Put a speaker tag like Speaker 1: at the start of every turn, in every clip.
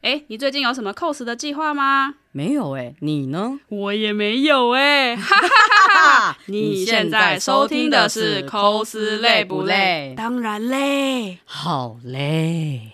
Speaker 1: 哎，你最近有什么 cos 的计划吗？
Speaker 2: 没有哎、你呢？
Speaker 1: 我也没有 哎、哈哈哈哈！你现在收听的是 cos 累不累？当然累。
Speaker 2: 好嘞。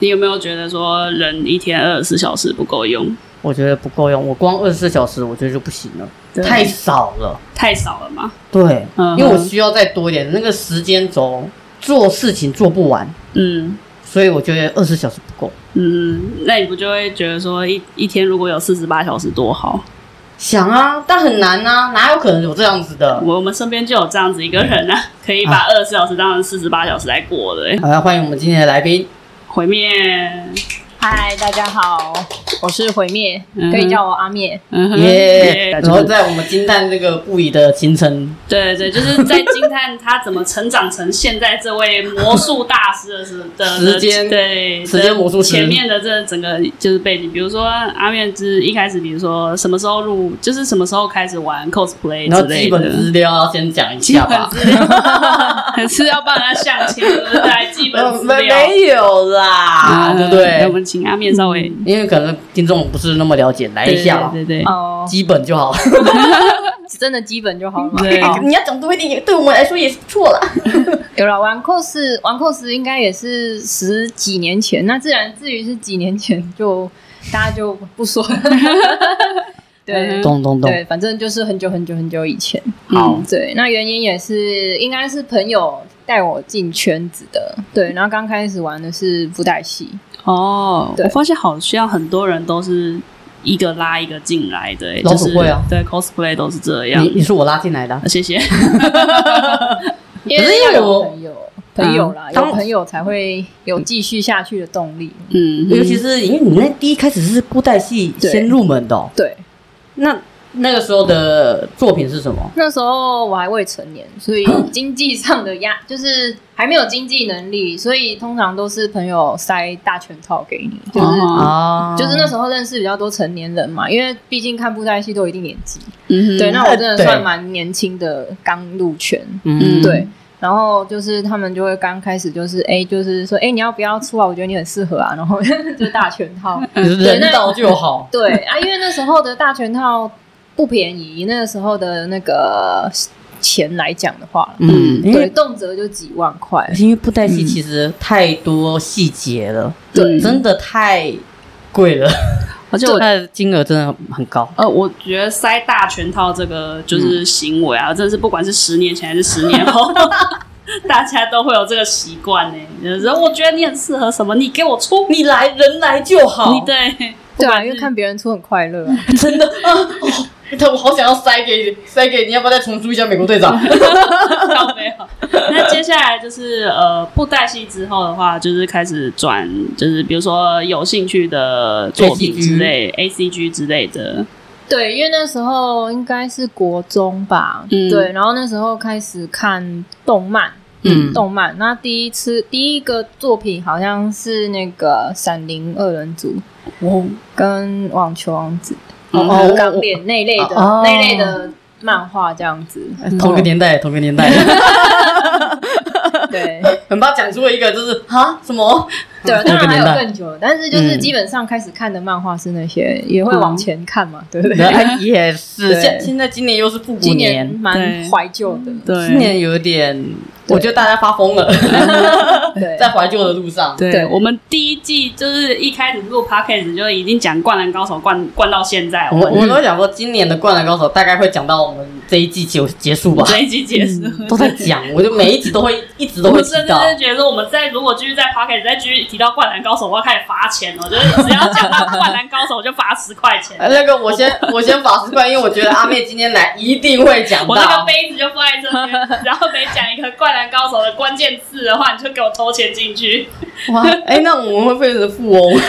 Speaker 1: 你有没有觉得说人一天二十四小时不够用？
Speaker 2: 我觉得不够用，我光二十四小时我觉得就不行了，
Speaker 1: 对嗯
Speaker 2: 太少了。
Speaker 1: 太少了吗？
Speaker 2: 对，
Speaker 1: 嗯
Speaker 2: 因为我需要再多一点，那个时间轴做事情做不完，
Speaker 1: 嗯
Speaker 2: 所以我觉得二十小时不够。
Speaker 1: 嗯，那你不就会觉得说一一天如果有四十八小时多好？
Speaker 2: 想啊，但很难啊，哪有可能有这样子的？
Speaker 1: 我我们身边就有这样子一个人 啊，可以把二十四小时当成四十八小时来过的、欸。
Speaker 2: 好，欢迎我们今天的来宾，
Speaker 1: 毁灭，
Speaker 3: 嗨，大家好，我是毁灭，
Speaker 1: 嗯
Speaker 3: 可以叫我阿灭。
Speaker 1: 嗯哼
Speaker 2: 耶！
Speaker 1: 耶
Speaker 2: 然后在我们惊叹这个不已的行程，
Speaker 1: 对对，就是在惊叹他怎么成长成现在这位魔术大师的时的
Speaker 2: 时间
Speaker 1: 对
Speaker 2: 时间魔术师
Speaker 1: 前面的这整个就是背景，比如说阿面之一开始，比如说什么时候入，就是什么时候开始玩 cosplay
Speaker 2: 然
Speaker 1: 之
Speaker 2: 后
Speaker 1: 类
Speaker 2: 基
Speaker 1: 的
Speaker 2: 本。资料要先讲一
Speaker 1: 基
Speaker 2: 下
Speaker 1: 本
Speaker 2: 吧。
Speaker 1: 资料还 是要帮他相亲，对不对？基本资
Speaker 2: 哦 没
Speaker 1: 料，
Speaker 2: 没有啦，
Speaker 1: 嗯
Speaker 2: 啊对不
Speaker 1: 那我
Speaker 2: 对？
Speaker 1: 们请阿面稍微
Speaker 2: 因为可能听众不是那么了解，来
Speaker 1: 对
Speaker 2: 一下吧，
Speaker 1: 对对
Speaker 3: 哦、
Speaker 2: 基本就 好。
Speaker 3: 真的基本就好了吗？
Speaker 1: 对
Speaker 3: 好
Speaker 1: 对，
Speaker 2: 你要讲多一点，对我们来说也是不错啦。
Speaker 3: 有了玩 cos，玩 cos 应该也是十几年前，那自然至于是几年前就，大家就不说 了。对
Speaker 1: 嗯
Speaker 2: 咚咚咚，
Speaker 3: 对，反正就是很久很久很久以前。
Speaker 2: 好
Speaker 1: 嗯
Speaker 3: 对，那原因也是应该是朋友带我进圈子的。对，然后刚开始玩的是布袋戏，
Speaker 1: 哦，
Speaker 3: 对
Speaker 1: 我发现好像很多人都是一个拉一个进来的、欸，
Speaker 2: 老
Speaker 1: 就是
Speaker 2: 鼠会啊
Speaker 1: 对 cosplay 都是这样
Speaker 2: 你。你是我拉进来的啊
Speaker 1: 啊，谢 谢。
Speaker 3: 因
Speaker 2: 可是因为
Speaker 3: 要有
Speaker 2: 我
Speaker 3: 朋友朋友啦，
Speaker 2: 嗯
Speaker 3: 有
Speaker 2: 当
Speaker 3: 朋友才会有继续下去的动力。
Speaker 1: 嗯，
Speaker 2: 尤其是因为你那第一开始是布袋戏
Speaker 3: 对
Speaker 2: 先入门的哦，
Speaker 3: 对，
Speaker 2: 那那个时候的作品是什么？
Speaker 3: 那时候我还未成年，所以经济上的压就是还没有经济能力，所以通常都是朋友塞大全套给你，就是、
Speaker 1: 哦
Speaker 2: 啊
Speaker 3: 就是那时候认识比较多成年人嘛，因为毕竟看布袋戏都有一定年纪。
Speaker 1: 嗯哼
Speaker 3: 对，那我真的
Speaker 2: 哎对
Speaker 3: 算蛮年轻的，刚入圈。
Speaker 2: 嗯
Speaker 1: 嗯
Speaker 3: 对，然后就是他们就会刚开始就是哎、就是说哎、你要不要出啊？我觉得你很适合啊，然后 就大全套。
Speaker 2: 就是人到就好，
Speaker 3: 对啊，因为那时候的大全套不便宜，那个时候的那个钱来讲的话，
Speaker 2: 嗯，因
Speaker 3: 对，
Speaker 2: 为嗯
Speaker 3: 动辄就几万块。
Speaker 2: 因为布袋戏其实太多细节了，
Speaker 1: 对
Speaker 2: 真的太贵了，
Speaker 1: 而且
Speaker 2: 就
Speaker 1: 我
Speaker 2: 它的金额真的很高。
Speaker 1: 呃，我觉得塞大全套这个
Speaker 2: 嗯
Speaker 1: 就是行为啊，真的是不管是十年前还是十年 后，大家都会有这个习惯呢。就是我觉得你很适合什么，你给我出，
Speaker 2: 你来人来就好，
Speaker 1: 你对，
Speaker 3: 对啊，因为看别人出很快乐、啊，
Speaker 2: 真的啊，哦但我好想要塞给你，塞给你，要不要再重出一下美国队长？
Speaker 1: 倒没有。那接下来就是呃，布袋戏之后的话，就是开始转，就是比如说有兴趣的作品之类，A C G 之类的。
Speaker 3: 对，因为那时候应该是国中吧，
Speaker 1: 嗯
Speaker 3: 对，然后那时候开始看动漫，
Speaker 2: 嗯
Speaker 3: 动漫。那第一次第一个作品好像是那个《闪灵二人组》
Speaker 1: 哦，跟
Speaker 3: 跟《网球王子》
Speaker 2: 哦
Speaker 3: 还有
Speaker 2: 哦
Speaker 3: 钢炼那一类的、
Speaker 2: 哦
Speaker 3: 那一类的漫画这样 子。
Speaker 2: 同个年代，同个年代，
Speaker 3: 对
Speaker 2: 很怕讲出了一个就是啊什么
Speaker 3: 对，当
Speaker 2: 同个
Speaker 3: 然还
Speaker 2: 年
Speaker 3: 有
Speaker 2: 代，
Speaker 3: 更久的，但是就是
Speaker 2: 嗯
Speaker 3: 基本上开始看的漫画是那些，也会往前看嘛，对不对？
Speaker 2: 哎也是。
Speaker 3: 对
Speaker 2: 现现在今年又是复古
Speaker 3: 今年
Speaker 2: 年，嗯
Speaker 3: 蛮
Speaker 1: 对
Speaker 3: 怀旧的，
Speaker 1: 对，
Speaker 2: 今年有点，
Speaker 3: 对
Speaker 2: 我觉得大家发疯了，
Speaker 3: 对
Speaker 2: 在怀旧的路上。
Speaker 1: 对
Speaker 3: 对
Speaker 1: 我们第一季就是一开始录 podcast 就已经讲《灌篮高手》灌灌到现在，
Speaker 2: 我
Speaker 1: 我
Speaker 2: 们我
Speaker 1: 们
Speaker 2: 们都想说，今年的《灌篮高手》大概会讲到我们这一季结结束吧，
Speaker 1: 这一集结束。
Speaker 2: 都在讲，我就每一集都会一直嗯都
Speaker 1: 我
Speaker 2: 会
Speaker 1: 们
Speaker 2: 提
Speaker 1: 甚至
Speaker 2: 到。
Speaker 1: 是觉得说，我们在如果继续在 podcast 再继续提到《灌篮高手》，我要开始罚钱了。就是只要讲到《灌篮高手》，我就罚十块钱。
Speaker 2: 呃那个我先我先法师怪，因为我觉得阿妹今天来一定会 讲
Speaker 1: 我那个
Speaker 2: 到。
Speaker 1: 杯子就放在这边，然后每讲一个《灌篮高手》的关键字的话，你就给我投钱进去。
Speaker 2: 哇，哎，那我们会变成富翁。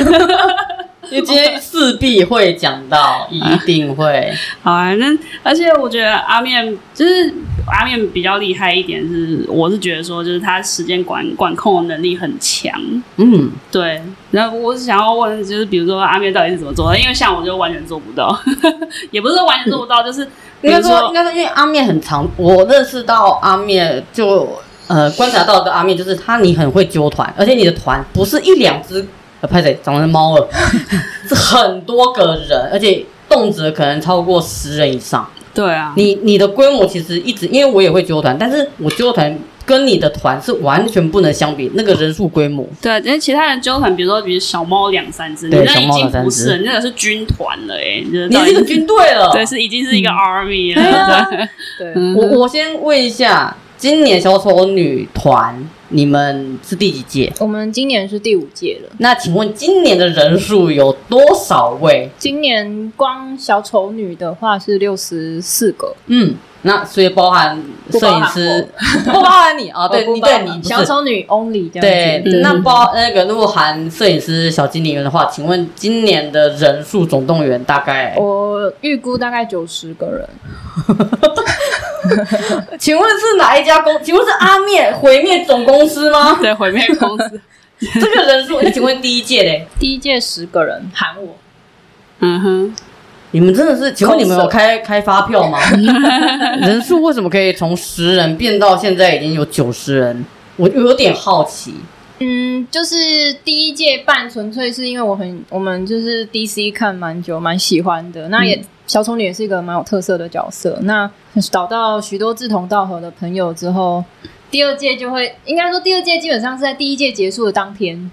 Speaker 2: 因为今天势必会讲到，一定会。
Speaker 1: 好啊，那而且我觉得阿面就是阿面比较厉害一点是，我是觉得说就是他时间管管控能力很强。
Speaker 2: 嗯，
Speaker 1: 对，然后我是想要问，就是比如说阿面到底是怎么做的？因为像我就完全做不到， 也不是说完全做不到，就是比 如
Speaker 2: 应该说，应该说，因为阿面很长，我认识到阿面就呃观察到的阿面就是他，你很会揪团，而且你的团不是一两只，呃，拍谁长成猫 了，是很多个人，而且动辄可能超过十人以上。
Speaker 1: 对啊，
Speaker 2: 你你的规模其实一直，因为我也会揪团，但是我揪团跟你的团是完全不能相比，那个人数规模。
Speaker 1: 对，啊因为其他人纠团，比如说比如小猫两三只，你
Speaker 2: 对
Speaker 1: 那
Speaker 2: 小
Speaker 1: 已
Speaker 2: 猫两
Speaker 1: 经
Speaker 2: 三
Speaker 1: 不
Speaker 2: 只
Speaker 1: 是了，你那个是军团了哎、就是
Speaker 2: 你
Speaker 1: 到
Speaker 2: 是
Speaker 1: 底
Speaker 2: 一个军队了，
Speaker 1: 对，是已经是一个 army
Speaker 2: 对
Speaker 1: 了
Speaker 2: 啊，
Speaker 1: 哦嗯对。
Speaker 3: 对，
Speaker 1: 嗯
Speaker 2: 我我先问一下，今年小丑女团你们是第几届？
Speaker 3: 我们今年是第五届了。
Speaker 2: 那请问今年的人数有多少位？
Speaker 3: 今年光小丑女的话是六十四个，
Speaker 2: 嗯，那所以包含
Speaker 3: 不
Speaker 2: 摄
Speaker 3: 包
Speaker 2: 影
Speaker 3: 含
Speaker 2: 师， 不包含你哦，对
Speaker 3: 哦不
Speaker 2: 你
Speaker 3: 包
Speaker 2: 对
Speaker 3: 含
Speaker 2: 你不
Speaker 3: 小
Speaker 2: 是。嗯
Speaker 3: 丑女 only 这
Speaker 2: 对
Speaker 3: 样子。，
Speaker 2: 那包那个如果含摄影师小经理员的话，请问今年的人数总动员大概？
Speaker 3: 我预估大概九十个人，
Speaker 2: 请问是哪一家公？请问是阿灭毁灭总公司 吗？
Speaker 1: 对，啊毁灭公司。
Speaker 2: 这个人数，那请问第一届嘞？
Speaker 3: 第一届十个人喊我，
Speaker 1: 嗯哼，
Speaker 2: 你们真的是？请问你们有开开发票 吗？人数为什么可以从十人变到现在已经有九十人？我我有点好奇。
Speaker 3: 嗯，就是第一届办，纯粹是因为我很我们就是 DC 看蛮久，蛮喜欢的。那
Speaker 2: 嗯
Speaker 3: 也、小丑女也是一个蛮有特色的角色。那找到许多志同道合的朋友之后，第二届就会应该说第二届基本上是在第一届结束的当天，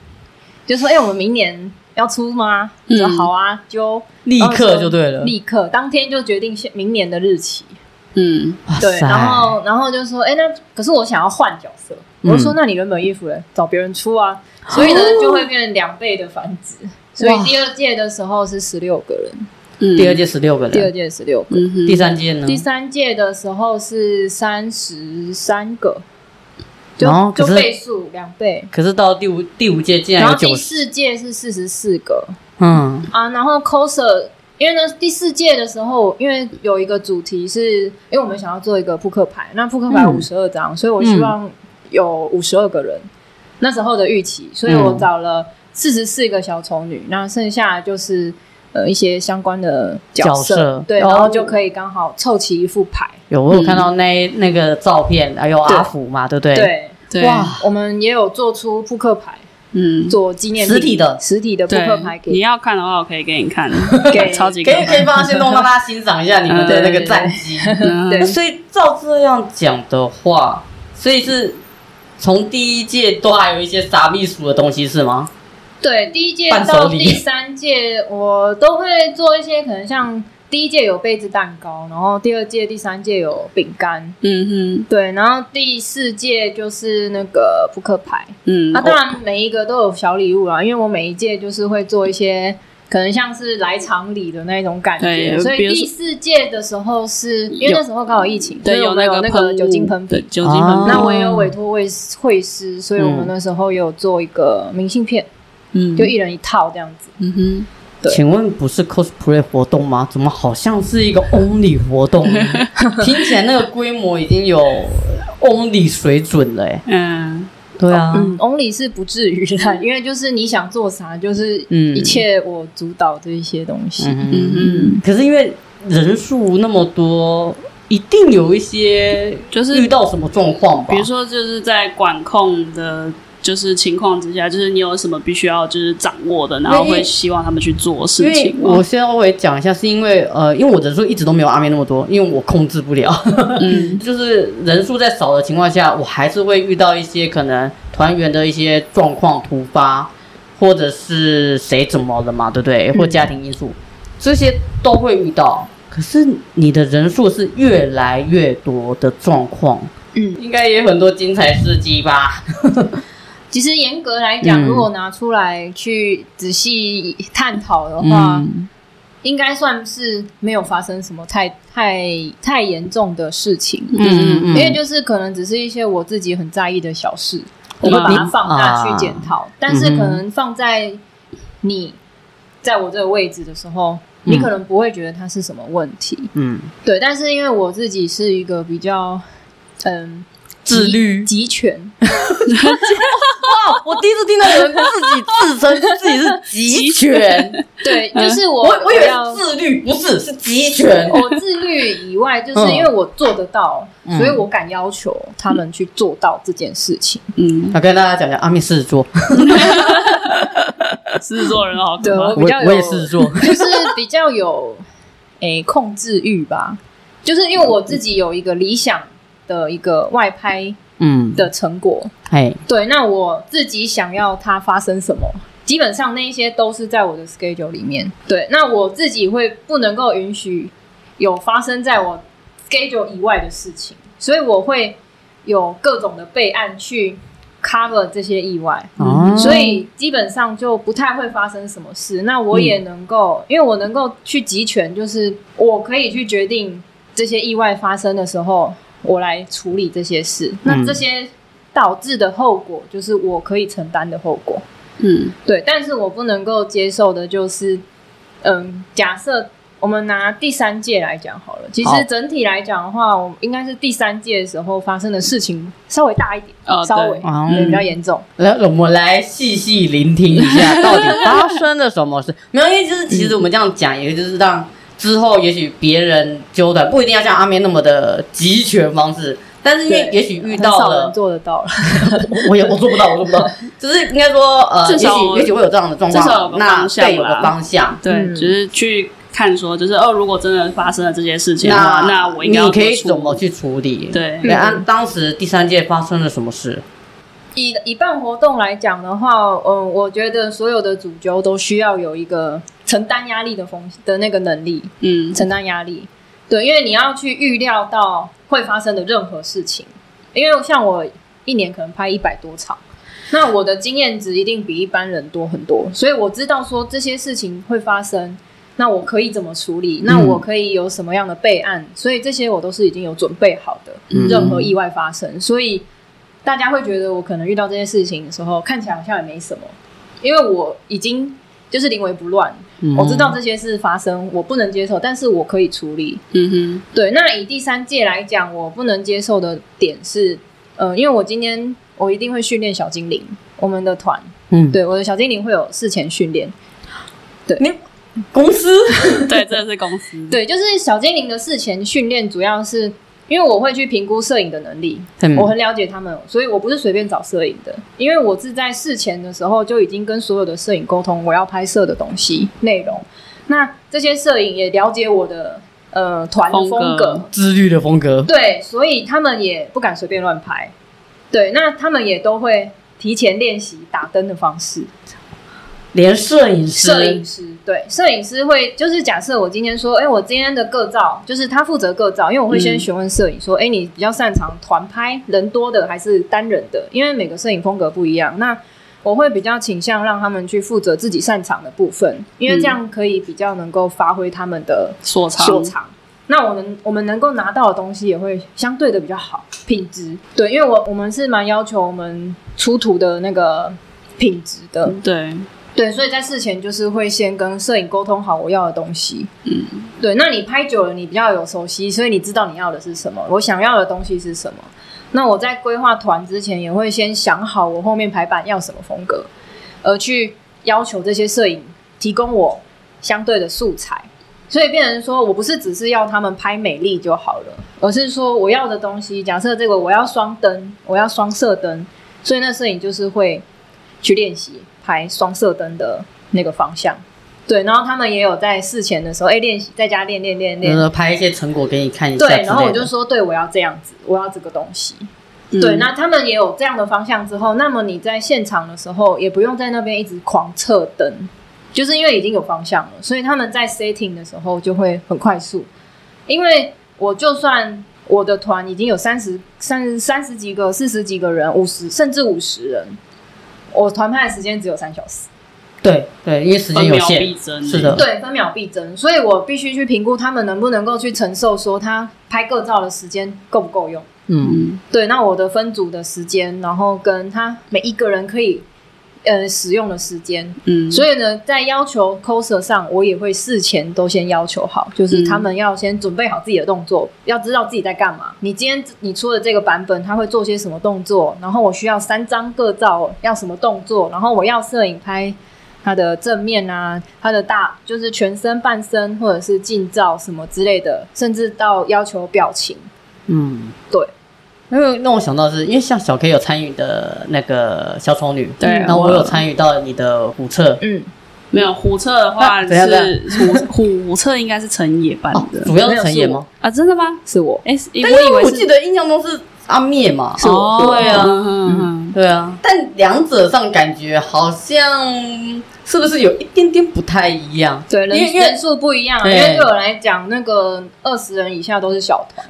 Speaker 3: 就说哎、我们明年要出吗？
Speaker 1: 嗯
Speaker 3: 说好啊，就
Speaker 2: 立刻就对了
Speaker 3: 立刻当天就决定下明年的日期。
Speaker 1: 嗯，
Speaker 3: 对，
Speaker 2: 哇塞
Speaker 3: 然后然后就说，哎、那可是我想要换角色，
Speaker 2: 嗯哦
Speaker 3: 我就说，那你原本衣服嘞，找别人出啊，所以呢就会变成两倍的繁殖。所以第二届的时候是十六个人，
Speaker 1: 嗯
Speaker 2: 第二，届十六个
Speaker 3: 第二
Speaker 2: 人，
Speaker 3: 届十六个，
Speaker 1: 嗯哼，
Speaker 2: 第三届呢？
Speaker 3: 第三届的时候是三十三个，
Speaker 2: 然后
Speaker 3: 就
Speaker 2: 可
Speaker 3: 就是倍数两倍。
Speaker 2: 可是到第五第五届竟
Speaker 3: 然
Speaker 2: 然
Speaker 3: 后
Speaker 2: 有九
Speaker 3: 第
Speaker 2: 十，
Speaker 3: 四届是四十四个
Speaker 2: 嗯
Speaker 3: 啊，然后 coser，因为呢第四届的时候，因为有一个主题是，因为我们想要做一个扑克牌，那扑克牌
Speaker 2: 嗯
Speaker 3: 五十二张，所以我希望有五十二个人，那时候的预期，所以我找了四十四个小丑女，那剩下就是呃一些相关的角
Speaker 2: 角色
Speaker 3: 对，
Speaker 2: 哦
Speaker 3: 然后就可以刚好凑齐一副牌，
Speaker 2: 有我有看到那、那个照片，还有阿福嘛，对不对？
Speaker 3: 对。
Speaker 1: 对，
Speaker 2: 哇
Speaker 3: 我们也有做出扑克牌
Speaker 1: 嗯，
Speaker 3: 做纪念品
Speaker 2: 实体的
Speaker 3: 实体的扑
Speaker 1: 对
Speaker 3: 克牌，给
Speaker 1: 你要看的话，我可以 给你看，
Speaker 3: 给
Speaker 1: 超级
Speaker 2: 可以
Speaker 1: 看
Speaker 2: 可以放在线动让大家欣赏一下你们的那个战绩。
Speaker 1: 嗯
Speaker 3: 对
Speaker 2: 那所以照这样讲的话，所以是从第一届都还有一些傻秘书的东西是吗？
Speaker 3: 对，第一届
Speaker 2: 伴手
Speaker 3: 到
Speaker 2: 礼
Speaker 3: 第三届，我都会做一些可能像第一届有杯子蛋糕，然后第二届、第三届有饼干，
Speaker 1: 嗯哼，
Speaker 3: 对，然后第四届就是那个扑克牌。
Speaker 1: 嗯，
Speaker 3: 啊那、当然每一个都有小礼物啦，因为我每一届就是会做一些可能像是来场礼的那种感觉，
Speaker 1: 对
Speaker 3: 所
Speaker 1: 比
Speaker 3: 以
Speaker 1: 如说
Speaker 3: 第四届的时候是因为
Speaker 1: 有
Speaker 3: 那时候刚好疫情，所
Speaker 1: 对，
Speaker 3: 以我
Speaker 1: 有
Speaker 3: 们有
Speaker 1: 个
Speaker 3: 那
Speaker 1: 喷
Speaker 3: 个
Speaker 1: 雾
Speaker 3: 酒精喷啊
Speaker 1: 对
Speaker 3: 瓶。
Speaker 1: 酒精喷
Speaker 2: 哦
Speaker 1: 瓶，
Speaker 3: 那我也有委托会会师，所以我们那时候有做一个明信片，
Speaker 1: 嗯，
Speaker 3: 就一人一套这样子。
Speaker 1: 嗯哼，
Speaker 3: 对
Speaker 2: 请问不是 cosplay 活动吗？怎么好像是一个 only 活 动呢？听起来那个规模已经有 only 水准了、欸，
Speaker 1: 嗯，
Speaker 2: 对啊，
Speaker 3: 嗯，only 是不至于的，因为就是你想做啥，就是
Speaker 2: 嗯
Speaker 3: 一切我主导这一些东西。
Speaker 2: 嗯
Speaker 1: 嗯哼，
Speaker 2: 可是因为人数那么多，一定有一些
Speaker 1: 就是
Speaker 2: 遇到什么状况吧？
Speaker 1: 比如说就是在管控的。就是情况之下，就是你有什么必须要就是掌握的，然后
Speaker 2: 因为
Speaker 1: 会希望他们去做
Speaker 2: 因
Speaker 1: 事
Speaker 2: 为
Speaker 1: 情吗。
Speaker 2: 我稍微讲一下，是因为呃，因为我人数一直都没有阿妹那么多，因为我控制不了，
Speaker 1: 嗯
Speaker 2: 就是人数在少的情况下，我还是会遇到一些可能团员的一些状况突发，或者是谁怎么了嘛，对不对？或家庭因素，这些都会遇到。可是你的人数是越来越多的状况，
Speaker 3: 嗯，
Speaker 2: 应该也有很多精彩事迹吧？
Speaker 3: 其实严格来讲，
Speaker 2: 嗯
Speaker 3: 如果拿出来去仔细探讨的话，
Speaker 2: 嗯
Speaker 3: 应该算是没有发生什么太太太严重的事情，
Speaker 1: 嗯
Speaker 3: 因为就是可能只是一些我自己很在意的小事，我会把它放大去检讨，但是可能放在你在我这个位置的时候，你可能不会觉得它是什么问题。
Speaker 2: 嗯，
Speaker 3: 对，但是因为我自己是一个比较嗯
Speaker 2: 自律
Speaker 3: 集集 权，
Speaker 2: 哇！哦我第一次听到有人自己自称自己是集权，
Speaker 3: 对，就是我
Speaker 2: 我我以为
Speaker 3: 要
Speaker 2: 是自律，不是是集权。
Speaker 3: 我自律以外，就是
Speaker 2: 嗯
Speaker 3: 因为我做得到，
Speaker 2: 嗯
Speaker 3: 所以我敢要求他们去做到这件事情。
Speaker 1: 嗯，
Speaker 2: 我跟大家讲讲，阿密狮子座，
Speaker 1: 狮子座人好
Speaker 3: 对
Speaker 1: 可
Speaker 3: 我
Speaker 1: 怕。
Speaker 3: 比
Speaker 2: 我
Speaker 3: 较有
Speaker 2: 我也狮子 座，
Speaker 3: 就是比较有诶、控制欲吧。就是因为我自己有一个理想的一个外拍
Speaker 2: 嗯，
Speaker 3: 的成果，
Speaker 2: 哎，
Speaker 3: 对，那我自己想要它发生什么，基本上那一些都是在我的 schedule 里面。对，那我自己会不能够允许有发生在我 schedule 以外的事情，所以我会有各种的备案去 cover 这些意外。
Speaker 2: 哦
Speaker 3: 所以基本上就不太会发生什么事。那我
Speaker 2: 嗯
Speaker 3: 也能够，因为我能够去集权，就是我可以去决定这些意外发生的时候，我来处理这些事。
Speaker 2: 嗯
Speaker 3: 那这些导致的后果，就是我可以承担的后果。
Speaker 1: 嗯
Speaker 3: 对，但是我不能够接受的就是，嗯，假设我们拿第三届来讲好了，其实
Speaker 2: 好
Speaker 3: 整体来讲的话，我应该是第三届的时候发生的事情稍微大一点，
Speaker 1: 哦
Speaker 3: 稍
Speaker 1: 对
Speaker 3: 微
Speaker 2: 哦
Speaker 3: 对比较严重。
Speaker 2: 来，我们来细细聆听一 下，到底发生了什么事？没有，因为就是其实我们这样讲，也就是让之后也许别人纠团，不一定要像阿面那么的集权方式，但是因为
Speaker 3: 对
Speaker 2: 也许遇
Speaker 3: 很
Speaker 2: 到
Speaker 3: 少人
Speaker 2: 了，
Speaker 3: 做得到了。
Speaker 2: 我也我做不到，我做 不到，就是应该说呃，也
Speaker 1: 至
Speaker 2: 许
Speaker 1: 少
Speaker 2: 也许会有这样的状
Speaker 1: 至少有
Speaker 2: 况，
Speaker 1: 个
Speaker 2: 那
Speaker 1: 方向
Speaker 2: 对有个
Speaker 1: 啦
Speaker 2: 方向，
Speaker 1: 对，
Speaker 3: 嗯
Speaker 1: 就是去看说，就是哦，如果真的发生了这些事情的话，那我应该要
Speaker 2: 你可以
Speaker 1: 做出
Speaker 2: 怎么去处理？
Speaker 1: 对嗯
Speaker 2: 对，按当时第三届发生了什么事？
Speaker 3: 以以办活动来讲的话，嗯，我觉得所有的主揪都需要有一个承担压力的风的那个能力，
Speaker 1: 嗯
Speaker 3: 承担压力。对，因为你要去预料到会发生的任何事情，因为像我一年可能拍一百多场，那我的经验值一定比一般人多很多，所以我知道说这些事情会发生，那我可以怎么处理，那我可以有什么样的备案，所以这些我都是已经有准备好的，
Speaker 2: 嗯
Speaker 3: 任何意外发生，所以大家会觉得我可能遇到这些事情的时候，看起来好像也没什么，因为我已经就是临危不乱，
Speaker 2: 嗯
Speaker 1: 嗯
Speaker 3: 我知道这些事发生，我不能接受，但是我可以处理。
Speaker 1: 嗯
Speaker 3: 对，那以第三届来讲，我不能接受的点是，呃，因为我今天我一定会训练小精灵，我们的团，
Speaker 2: 嗯，
Speaker 3: 对我的小精灵会有事前训练。
Speaker 2: 公司，
Speaker 1: 哼，对，这是公司，
Speaker 3: 对，就是小精灵的事前训练，主要是因为我会去评估摄影的能力，
Speaker 2: 嗯
Speaker 3: 我很了解他们，所以我不是随便找摄影的，因为我是在事前的时候就已经跟所有的摄影沟通我要拍摄的东西内容。那这些摄影也了解我的呃团的
Speaker 1: 风
Speaker 3: 风
Speaker 1: 格
Speaker 3: 格，
Speaker 2: 自律的风格，
Speaker 3: 对，所以他们也不敢随便乱拍。对，那他们也都会提前练习打灯的方式。
Speaker 2: 连摄影师，
Speaker 3: 摄影师对，摄影师会就是假设我今天说，哎、我今天的个照就是他负责个照，因为我会先
Speaker 1: 嗯
Speaker 3: 询问摄影说，哎、你比较擅长团拍人多的还是单人的？因为每个摄影风格不一样，那我会比较倾向让他们去负责自己擅长的部分，因为这样可以比较能够发挥他们的
Speaker 1: 所长，
Speaker 3: 所长。那我们我们能够拿到的东西也会相对的比较好，品质对，因为我我们是蛮要求我们出图的那个品质的，
Speaker 1: 对，
Speaker 3: 对，所以在事前就是会先跟摄影沟通好我要的东西。
Speaker 1: 嗯，
Speaker 3: 对，那你拍久了，你比较有熟悉，所以你知道你要的是什么，我想要的东西是什么。那我在规划团之前，也会先想好我后面排版要什么风格，而去要求这些摄影提供我相对的素材。所以变成说我不是只是要他们拍美丽就好了，而是说我要的东西，假设这个我要双灯，我要双色灯，所以那摄影就是会去练习拍双色灯的那个方向。对，然后他们也有在事前的时候，哎、练习在家练练练练。
Speaker 2: 呃，拍一些成果给你看一下之类
Speaker 3: 对，
Speaker 2: 的。
Speaker 3: 然后我就说，对我要这样子，我要这个东西。
Speaker 1: 嗯
Speaker 3: 对，那他们也有这样的方向之后，那么你在现场的时候，也不用在那边一直狂测灯，就是因为已经有方向了，所以他们在 setting 的时候就会很快速。因为我就算我的团已经有三十、三十、三十几个、四十几个人、五十甚至五十人，我团拍的时间只有三小时。
Speaker 2: 对对，因为时间
Speaker 1: 分
Speaker 2: 有
Speaker 1: 秒必
Speaker 2: 限，
Speaker 1: 争，
Speaker 2: 是的，
Speaker 3: 对，分秒必争，所以我必须去评估他们能不能够去承受，说他拍个照的时间够不够用。
Speaker 2: 嗯，
Speaker 1: 嗯，
Speaker 3: 对，那我的分组的时间，然后跟他每一个人可以呃使用的时间，
Speaker 1: 嗯，
Speaker 3: 所以呢，在要求 coser 上，我也会事前都先要求好，就是他们要先准备好自己的动作，要知道自己在干嘛。你今天你出的这个版本，它会做些什么动作？然后我需要三张各照，要什么动作？然后我要摄影拍它的正面啊，它的大就是全身、半身或者是近照什么之类的，甚至到要求表情。
Speaker 2: 嗯，
Speaker 3: 对。
Speaker 2: 因为让我想到的是，因为像小 K 有参与的那个小丑女，
Speaker 1: 对
Speaker 2: 然后我
Speaker 1: 我
Speaker 2: 有参与到你的虎彻
Speaker 3: 嗯，
Speaker 1: 没有虎彻的话
Speaker 2: 啊怎样
Speaker 1: 是虎虎虎彻应该是陈野办
Speaker 2: 哦，
Speaker 1: 的
Speaker 2: 主要是陈野吗？
Speaker 1: 啊，真的吗？
Speaker 3: 是我。
Speaker 1: 哎，是我
Speaker 2: 但因
Speaker 1: 以
Speaker 2: 为我
Speaker 1: 为
Speaker 2: 记
Speaker 1: 是
Speaker 2: 得印象中是阿灭嘛，
Speaker 3: 是我
Speaker 1: 哦
Speaker 3: 是我
Speaker 1: 对啊，嗯嗯嗯
Speaker 2: 对啊，但两者上感觉好像是不是有一点点不太一样？
Speaker 3: 对，
Speaker 2: 因为
Speaker 3: 人
Speaker 2: 因为
Speaker 3: 人数不一样啊，
Speaker 2: 对
Speaker 3: 因为对我来讲，那个二十人以下都是小 团，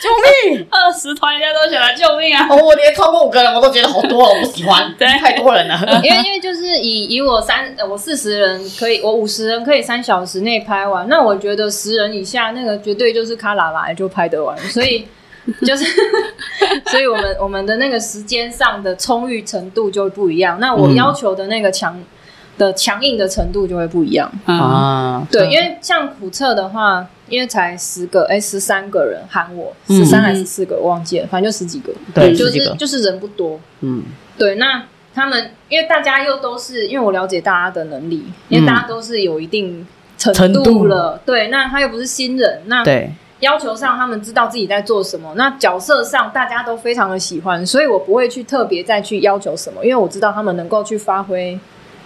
Speaker 2: 救命！
Speaker 1: 二十团人家都选了救命啊！
Speaker 2: 哦，我连超过五个人我都觉得好多了，我不喜欢，
Speaker 1: 对
Speaker 2: 太多人了。
Speaker 3: 因为因为就是以以我三呃我四十人可以，我五十人可以三小时内拍完，那我觉得十人以下那个绝对就是卡拉拉就拍得完，所 以就是所以我们我们的那个时间上的充裕程度就不一样，那我
Speaker 2: 嗯
Speaker 3: 要求的那个强。的强硬的程度就会不一样，
Speaker 1: 啊，
Speaker 2: 啊，
Speaker 3: 对，因为像苦测的话，因为才十个，哎，十三个人喊我，
Speaker 2: 嗯
Speaker 3: 十三还是十四个，我忘记了，反正就十几个，嗯
Speaker 2: 对，
Speaker 3: 就
Speaker 2: 十几
Speaker 3: 是
Speaker 2: 个，
Speaker 3: 就是人不多，
Speaker 2: 嗯，
Speaker 3: 对，那他们因为大家又都是，因为我了解大家的能力，因为大家都是有一定程
Speaker 2: 嗯程度
Speaker 3: 了，对，那他又不是新人，那
Speaker 2: 对，
Speaker 3: 要求上他们知道自己在做什么，那角色上大家都非常的喜欢，所以我不会去特别再去要求什么，因为我知道他们能够去发挥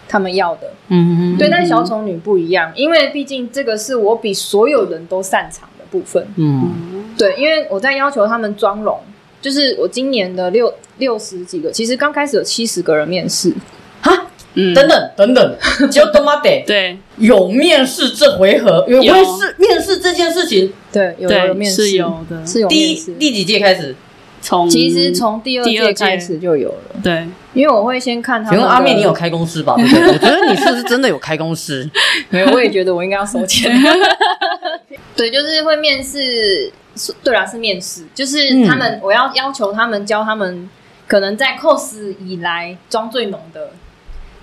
Speaker 3: 他们要的。
Speaker 2: 嗯
Speaker 3: 对，但小丑女不一样，因为毕竟这个是我比所有人都擅长的部分。
Speaker 2: 嗯
Speaker 3: 对，因为我在要求他们妆容，就是我今年的六六十几个，其实刚开始有七十个人面试，
Speaker 2: 哈，
Speaker 1: 嗯，
Speaker 2: 等等等等， 就他妈得
Speaker 1: 对
Speaker 2: 有面试这回合，有
Speaker 1: 有
Speaker 2: 面试面试这件事情，
Speaker 3: 对，有有
Speaker 1: 对
Speaker 3: 面试
Speaker 1: 是有的，
Speaker 3: 是有
Speaker 2: 第
Speaker 3: 面
Speaker 2: 一
Speaker 3: 试。
Speaker 2: 第几届开始？
Speaker 1: 从
Speaker 3: 其实从第二
Speaker 1: 第二
Speaker 3: 届
Speaker 1: 届
Speaker 3: 开始就有了，
Speaker 1: 对
Speaker 3: 因为我会先看他
Speaker 2: 请
Speaker 3: 们的。
Speaker 2: 问阿面，你有开公 司吧？对不对？我觉得你是不是真的有开公司？
Speaker 3: 没有？我也觉得我应该要收钱。 对，就是会面试，是对啦，是面试，
Speaker 2: 嗯
Speaker 3: 就是他们，我要要求他们教他们，可能在 cos 以来妆最浓的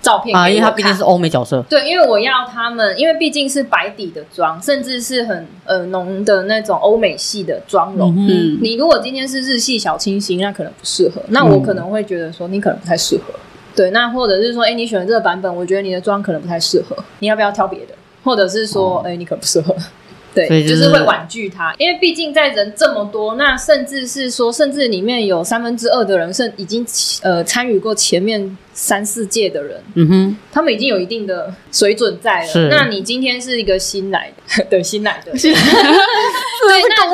Speaker 3: 照片
Speaker 2: 啊，
Speaker 3: 给
Speaker 2: 因为
Speaker 3: 我
Speaker 2: 他毕竟
Speaker 3: 看
Speaker 2: 是欧美角色，
Speaker 3: 对，因为我要他们，因为毕竟是白底的妆，甚至是很呃浓的那种欧美系的妆容。
Speaker 2: 嗯，
Speaker 1: 嗯
Speaker 3: 你如果今天是日系小清新，那可能不适合。那我可能会觉得说，你可能不太适合。对，那或者是说，哎，你选的这个版本，我觉得你的妆可能不太适合，你要不要挑别的？或者是说，哎、你可能不适合。 对，
Speaker 2: 哦所以就
Speaker 3: 就是是会婉拒他，因为毕竟在人这么多，那甚至是说，甚至里面有三分之二的人，甚已经呃参与过前面三四届的人，
Speaker 2: 嗯哼，
Speaker 3: 他们已经有一定的水准在
Speaker 2: 是
Speaker 3: 了。那你今天是一个新来的， 对新来的，对， 那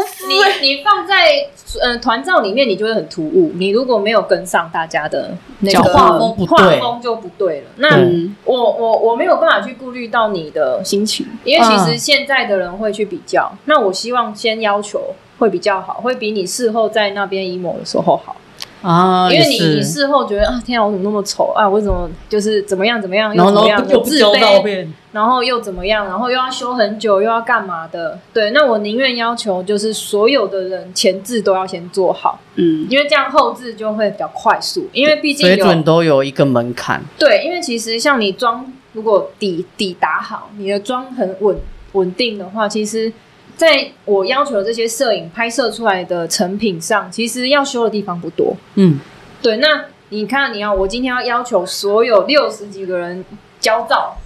Speaker 3: 你你放在呃团照里面，你就会很突兀。你如果没有跟上大家的那个
Speaker 1: 脚
Speaker 2: 画风不对
Speaker 3: 画风就不对了。那
Speaker 2: 对
Speaker 1: 嗯
Speaker 3: 我我我没有办法去顾虑到你的心情，因为其实现在的人会去比较。那我希望先要求会比较好，会比你事后在那边 emo 的时候好。
Speaker 2: 啊，
Speaker 3: 因为
Speaker 2: 也
Speaker 3: 你
Speaker 2: 是
Speaker 3: 你事后觉得啊，天啊，我怎么那么丑啊？我怎么就是怎么样怎么样，
Speaker 2: 然
Speaker 3: 又
Speaker 2: 后
Speaker 3: 怎么
Speaker 2: 然
Speaker 3: 样
Speaker 2: 后，又不
Speaker 3: 自
Speaker 2: 交照
Speaker 3: 卑，
Speaker 2: 片，
Speaker 3: 然后又怎么样，然后又要修很久，又要干嘛的？对，那我宁愿要求就是所有的人前置都要先做好，
Speaker 1: 嗯
Speaker 3: 因为这样后置就会比较快速，因为毕竟
Speaker 2: 水准
Speaker 3: 有
Speaker 2: 都有一个门槛，
Speaker 3: 对，因为其实像你妆如果底底打好，你的妆很稳稳定的话，其实。在我要求的这些摄影拍摄出来的成品上，其实要修的地方不多。
Speaker 2: 嗯，
Speaker 3: 对，那你看，你要我今天要要求所有六十几个人焦躁，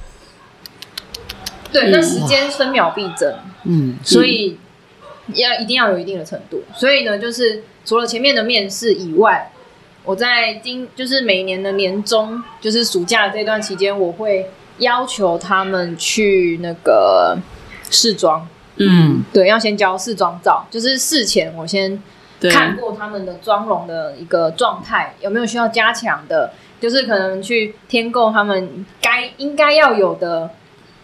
Speaker 3: 对，那
Speaker 1: 嗯
Speaker 3: 时间分秒必争，
Speaker 2: 嗯，
Speaker 3: 所以要一定要有一定的程度。所以呢，就是除了前面的面试以外，我在今就是每年的年终，就是暑假这段期间，我会要求他们去那个试妆，
Speaker 1: 嗯，
Speaker 3: 对，要先交试妆照，就是事前我先
Speaker 1: 对，
Speaker 3: 看过他们的妆容的一个状态，有没有需要加强的？就是可能去添购他们该应该要有的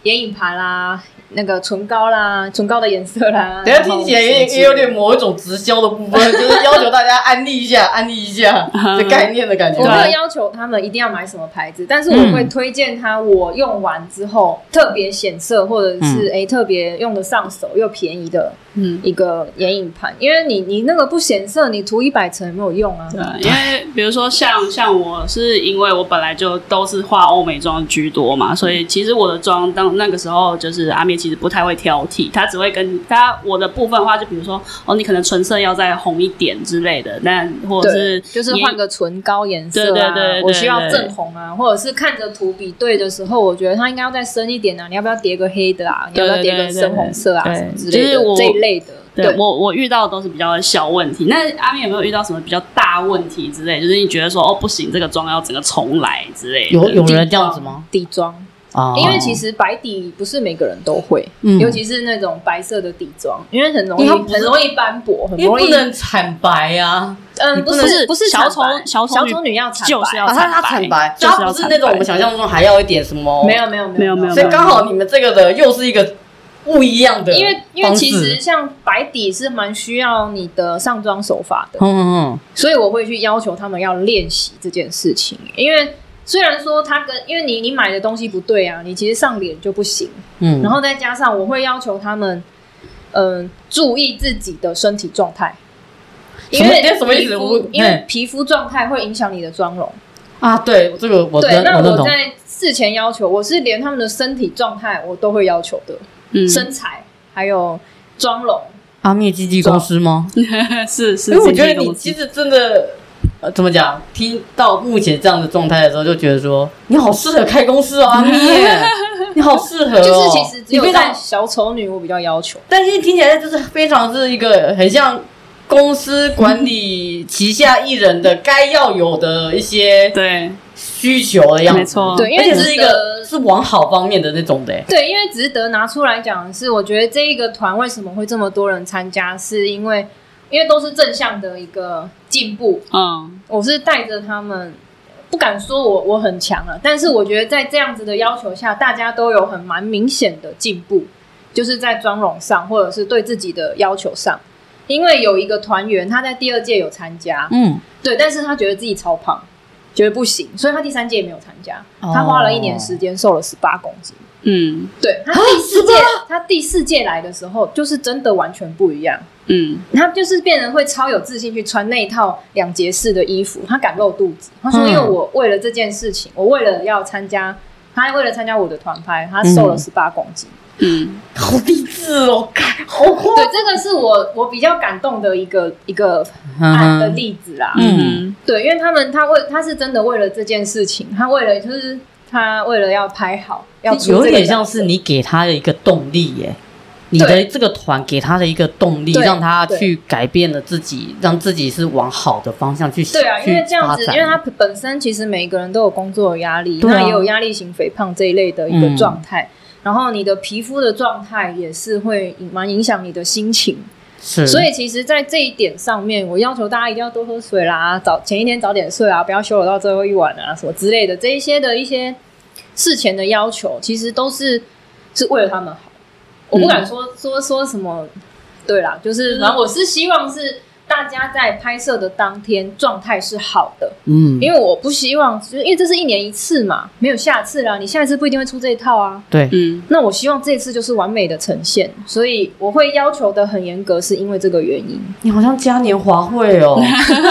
Speaker 3: 眼影盘啦、那个唇膏啦，唇膏的颜色啦。
Speaker 2: 等一下听起来有点也有点某一种直销的部 分，就是要求大家安利一下，安利一下这概念的感觉
Speaker 3: 嗯我
Speaker 1: 对嗯
Speaker 3: 没
Speaker 1: 啊
Speaker 3: 有要求他们一定要买什么牌子，但是我会推荐他我用完之后、特别显色，或者是诶特别用得上手又便宜的
Speaker 1: 嗯，
Speaker 3: 一个眼影盘，因为你你那个不显色，你涂一百层也没有用啊。
Speaker 1: 对，因为比如说像像我是因为我本来就都是化欧美妆居多
Speaker 3: 嗯
Speaker 1: 嘛，所以其实我的妆当那个时候就是阿妹其实不太会挑剔，她只会跟她我的部分的话，就比如说哦，你可能唇色要再红一点之类的，但或者是
Speaker 3: 对，就是
Speaker 1: 眼
Speaker 3: 换个唇膏颜色啊，
Speaker 1: 对对对对
Speaker 3: 我需要
Speaker 1: 对
Speaker 3: 正红啊，或者是看着图比对的时候，我觉得它应该要再深一点啊，你要不要叠个黑的啊？你要不要叠
Speaker 1: 对
Speaker 3: 个
Speaker 1: 对对
Speaker 3: 深红色啊？
Speaker 1: 对
Speaker 3: 什么之类
Speaker 1: 就是
Speaker 3: 的
Speaker 1: 我
Speaker 3: 这一类的，
Speaker 1: 对我我遇到的都是比较小问题。那阿妹有没有遇到什么比较大问题之类？就是你觉得说哦不行，这个妆要整个重来之类的？
Speaker 2: 有有人这样子吗？
Speaker 3: 底妆，
Speaker 2: 啊，
Speaker 3: 因为其实白底不是每个人都会，
Speaker 2: 嗯
Speaker 3: 尤其是那种白色的底妆，因为很容易
Speaker 2: 因为它不是
Speaker 3: 很容易斑驳，很
Speaker 2: 因
Speaker 3: 容
Speaker 2: 为
Speaker 3: 易
Speaker 2: 不能惨白啊，
Speaker 3: 嗯
Speaker 1: 你
Speaker 3: 不
Speaker 1: 不能
Speaker 3: 是不是
Speaker 1: 小丑
Speaker 3: 丑
Speaker 1: 小丑
Speaker 3: 丑
Speaker 1: 女
Speaker 3: 女要惨
Speaker 1: 就是要
Speaker 2: 啊，他他
Speaker 1: 惨
Speaker 2: 惨
Speaker 1: 白
Speaker 2: 白，
Speaker 1: 就是
Speaker 2: 他
Speaker 1: 要
Speaker 2: 不是那
Speaker 1: 惨白
Speaker 2: 种我们想象中还要一点什么，
Speaker 3: 没有没有没有
Speaker 1: 没有
Speaker 2: 所以刚好你们这个的又是一个不一样的方式，
Speaker 3: 因为因为其实像白底是蛮需要你的上妆手法的，
Speaker 2: 嗯嗯
Speaker 3: 所以我会去要求他们要练习这件事情，因为虽然说它跟因为你你买的东西不对啊，你其实上脸就不行，
Speaker 2: 嗯，
Speaker 3: 然后再加上我会要求他们，嗯、注意自己的身体状态。因为
Speaker 2: 什么意思
Speaker 3: 皮肤
Speaker 2: 我
Speaker 3: 因为
Speaker 2: 嗯
Speaker 3: 皮肤状态会影响你的妆容。
Speaker 2: 啊，对这个我
Speaker 3: 对，
Speaker 2: 认
Speaker 3: 那
Speaker 2: 认
Speaker 3: 我
Speaker 2: 同，
Speaker 3: 在事前要求，我是连他们的身体状态我都会要求的，
Speaker 1: 嗯，是
Speaker 3: 身材还有妆容，
Speaker 2: 阿灭基金公司吗？
Speaker 1: 是是，
Speaker 2: 因为我觉
Speaker 1: 经
Speaker 2: 得
Speaker 1: 纪
Speaker 2: 你
Speaker 1: 公司
Speaker 2: 其实真的，呃，怎么讲？听到目前这样的状态的时候，就觉得说你好适合开公司哦，阿面，你好适合、哦。
Speaker 3: 就是其实只
Speaker 2: 你
Speaker 3: 有
Speaker 2: 非
Speaker 3: 在
Speaker 2: 常，
Speaker 3: 小丑女我比较要求。
Speaker 2: 但是听起来就是非常是一个很像公司管理旗下艺人的该要有的一些
Speaker 1: 对
Speaker 2: 需求的样子。
Speaker 1: 没错
Speaker 3: 对因
Speaker 2: 而
Speaker 3: 为
Speaker 2: 且是一
Speaker 3: 值
Speaker 2: 个
Speaker 3: 得
Speaker 2: 是往好方面的那种的欸。
Speaker 3: 对，因为值得拿出来讲的是，我觉得这一个团为什么会这么多人参加，是因为因为都是正向的一个进步。
Speaker 1: 嗯
Speaker 3: 我是带着他们，不敢说我我很强了，但是我觉得在这样子的要求下，大家都有很蛮明显的进步，就是在妆容上或者是对自己的要求上。因为有一个团员他在第二届有参加，
Speaker 2: 嗯，
Speaker 3: 对，但是他觉得自己超胖，觉得不行，所以他第三届也没有参加。他花了一年时间瘦了十八公斤。
Speaker 1: 嗯
Speaker 3: 对
Speaker 2: 啊
Speaker 3: 他第四届，他第四届来的时候，就是真的完全不一样。
Speaker 1: 嗯
Speaker 3: 他就是变得会超有自信去穿那一套两节式的衣服，他敢露肚子。他说：“
Speaker 2: 嗯
Speaker 3: 因为我为了这件事情，我为了要参加，他为了参加我的团拍，他瘦了
Speaker 2: 嗯
Speaker 3: 十八公斤。
Speaker 1: 嗯
Speaker 2: 好励志哦，干好酷。
Speaker 3: 对，这个是我我比较感动的一个一个案的例子啦。
Speaker 2: 嗯
Speaker 1: 嗯
Speaker 3: 对，因为他们他为他是真的为了这件事情，他为了就是他为了要拍好，要出
Speaker 2: 有
Speaker 3: 这个
Speaker 2: 点
Speaker 3: 角
Speaker 2: 像
Speaker 3: 色
Speaker 2: 是你给他的一个动力耶，你的
Speaker 3: 对
Speaker 2: 这个团给他的一个动力，
Speaker 3: 对
Speaker 2: 让他去改变了自己，让自己是往好的方向去
Speaker 3: 对啊，因为
Speaker 2: 去
Speaker 3: 这样子
Speaker 2: 发，展
Speaker 3: 因为他本身其实每一个人都有工作的压力，
Speaker 2: 对啊
Speaker 3: 那也有压力型肥胖这一类的一
Speaker 2: 嗯
Speaker 3: 个状态。然后你的皮肤的状态也是会影蛮影响你的心情，
Speaker 2: 是，
Speaker 3: 所以其实，在这一点上面，我要求大家一定要多喝水啦，早前一天早点睡啊，不要休了到最后一晚啊，什么之类的，这一些的一些事前的要求，其实都是是为了他们好。我不敢说、说说什么，对啦，就是反正我是希望是大家在拍摄的当天状态是好的，
Speaker 2: 嗯，
Speaker 3: 因为我不希望，就是因为这是一年一次嘛，没有下次啦，你下一次不一定会出这一套啊。
Speaker 2: 对，
Speaker 1: 嗯
Speaker 3: 那我希望这次就是完美的呈现，所以我会要求的很严格，是因为这个原因。
Speaker 2: 你好像嘉年华会哦，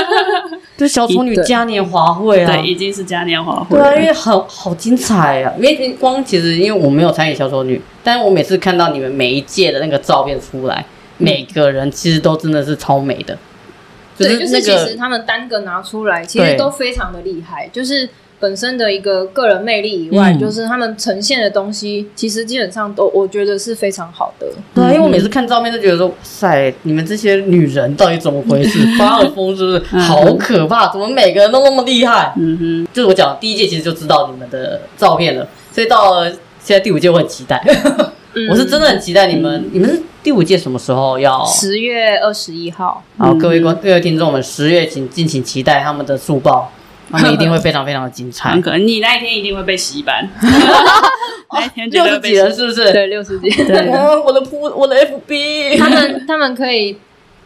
Speaker 2: 对，小丑女
Speaker 3: 对
Speaker 2: 嘉年华会啊
Speaker 1: 对，，已经是嘉年华会
Speaker 2: 对啊，因
Speaker 1: 了，
Speaker 2: 为好好精彩啊！因为光其实因为我没有参与小丑女，但是我每次看到你们每一届的那个照片出来，每个人其实都真的是超美的，
Speaker 3: 对，就
Speaker 2: 那
Speaker 3: 是其
Speaker 2: 个
Speaker 3: 实嗯他们单个拿出来，其实
Speaker 2: 对
Speaker 3: 都非常的厉害，就是本身的一个个人魅力以外，
Speaker 2: 嗯
Speaker 3: 就是他们呈现的东西，其实基本上都我觉得是非常好的。
Speaker 2: 对啊，因为我每次看照片都觉得说，哇塞，你们这些女人到底怎么 回事？发了疯是不是？
Speaker 1: 嗯
Speaker 2: 好可怕！怎么每个人都那么厉害？
Speaker 1: 嗯哼，
Speaker 2: 就是我讲第一届其实就知道你们的照片了，所以到了现在第五届我很期待，
Speaker 3: 嗯
Speaker 2: 我是真的很期待你们。你们是第五届什么时候要？
Speaker 3: 十月二十一号，
Speaker 2: 好，各位观各位听众们，十月请敬请期待他们的速报。他们一定会非常非常的精彩
Speaker 1: 很。可能你那一天一定会被洗 版，那一天绝
Speaker 2: 六
Speaker 1: 对会被
Speaker 2: 十几人是不是？
Speaker 3: 对，六十几，
Speaker 2: 啊 我的扑，我的 FB，
Speaker 3: 他们他们可以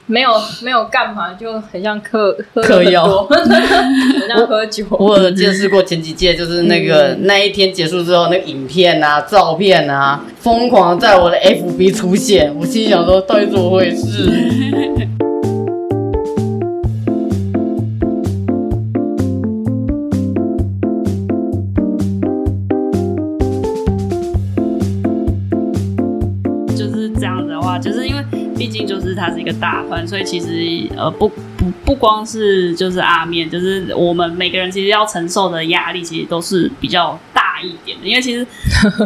Speaker 3: 没有没有干嘛，就很像嗑喝
Speaker 2: 嗑
Speaker 3: 很
Speaker 2: 药
Speaker 3: 多， 很像喝酒。
Speaker 2: 我有见识过前几届，就是那个、
Speaker 3: 嗯
Speaker 2: 那一天结束之后，那个影片啊、照片啊，疯狂在我的 FB 出现，我心里想说，到底怎么回事？
Speaker 1: 就是这样子的话，就是因为毕竟就是它是一个大团，所以其实呃不不不光是就是阿面，就是我们每个人其实要承受的压力其实都是比较大一点的，因为其实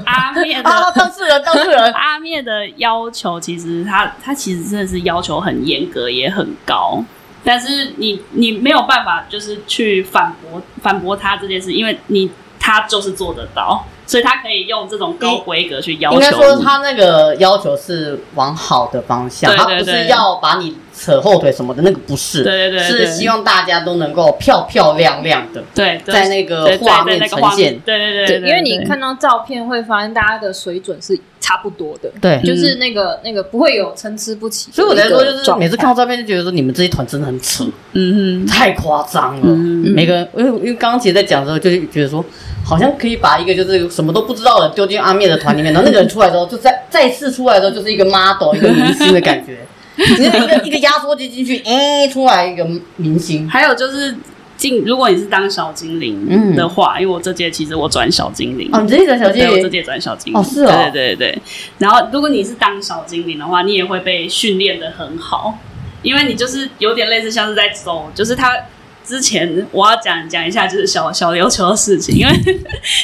Speaker 1: 阿面的。
Speaker 2: 啊，当事人，当事人，
Speaker 1: 阿面的要求，其实他他其实真的是要求很严格，也很高。但是你你没有办法，就是去反驳反驳他这件事，因为你他就是做得到，所以他可以用这种高规格去要求
Speaker 2: 应
Speaker 1: 你。
Speaker 2: 该说他那个要求是往好的方向，
Speaker 1: 对对
Speaker 2: 他不
Speaker 1: 对
Speaker 2: 是要把你扯后腿什么的，那个不是，
Speaker 1: 对对对对
Speaker 2: 是希望大家都能够漂漂亮亮的，
Speaker 1: 对对
Speaker 2: 在那
Speaker 1: 对
Speaker 2: 个
Speaker 1: 对
Speaker 2: 画
Speaker 1: 对
Speaker 2: 面
Speaker 1: 那个
Speaker 2: 呈
Speaker 1: 画面
Speaker 2: 现，
Speaker 1: 对对对
Speaker 3: 对，
Speaker 1: 对
Speaker 3: 因为你看到照片会发现大家的水准是差不多的，
Speaker 2: 对
Speaker 3: 就是那个那个不会有参差不齐的
Speaker 2: 所
Speaker 3: 一
Speaker 2: 以我
Speaker 3: 个状态。
Speaker 2: 才说，就是每次看到照片就觉得说，你们这一团真的很扯，
Speaker 1: 嗯哼
Speaker 2: 太夸张了。
Speaker 1: 嗯
Speaker 2: 每个人，因为因为刚刚姐在讲的时候，就是觉得说，好像可以把一个就是什么都不知道的人丢进阿面的团里面，然后那个人出来之后，就再再次出来的时候，就是一个 model，一个明星的感觉。你那一个一个压缩机进去，哎、出来一个明 星。
Speaker 1: 还有就是进，如果你是当小精灵
Speaker 2: 嗯
Speaker 1: 的话，因为我这届其实我转小精灵
Speaker 2: 哦，你这一转小精
Speaker 1: 对，我这
Speaker 2: 灵，
Speaker 1: 届转小精灵
Speaker 2: 哦是哦
Speaker 1: 对对对对。然后，如果你是当小精灵的话，你也会被训练的很好，因为你就是有点类似像是在走，就是他之前我要讲讲一下，就是小小琉球的事情，因为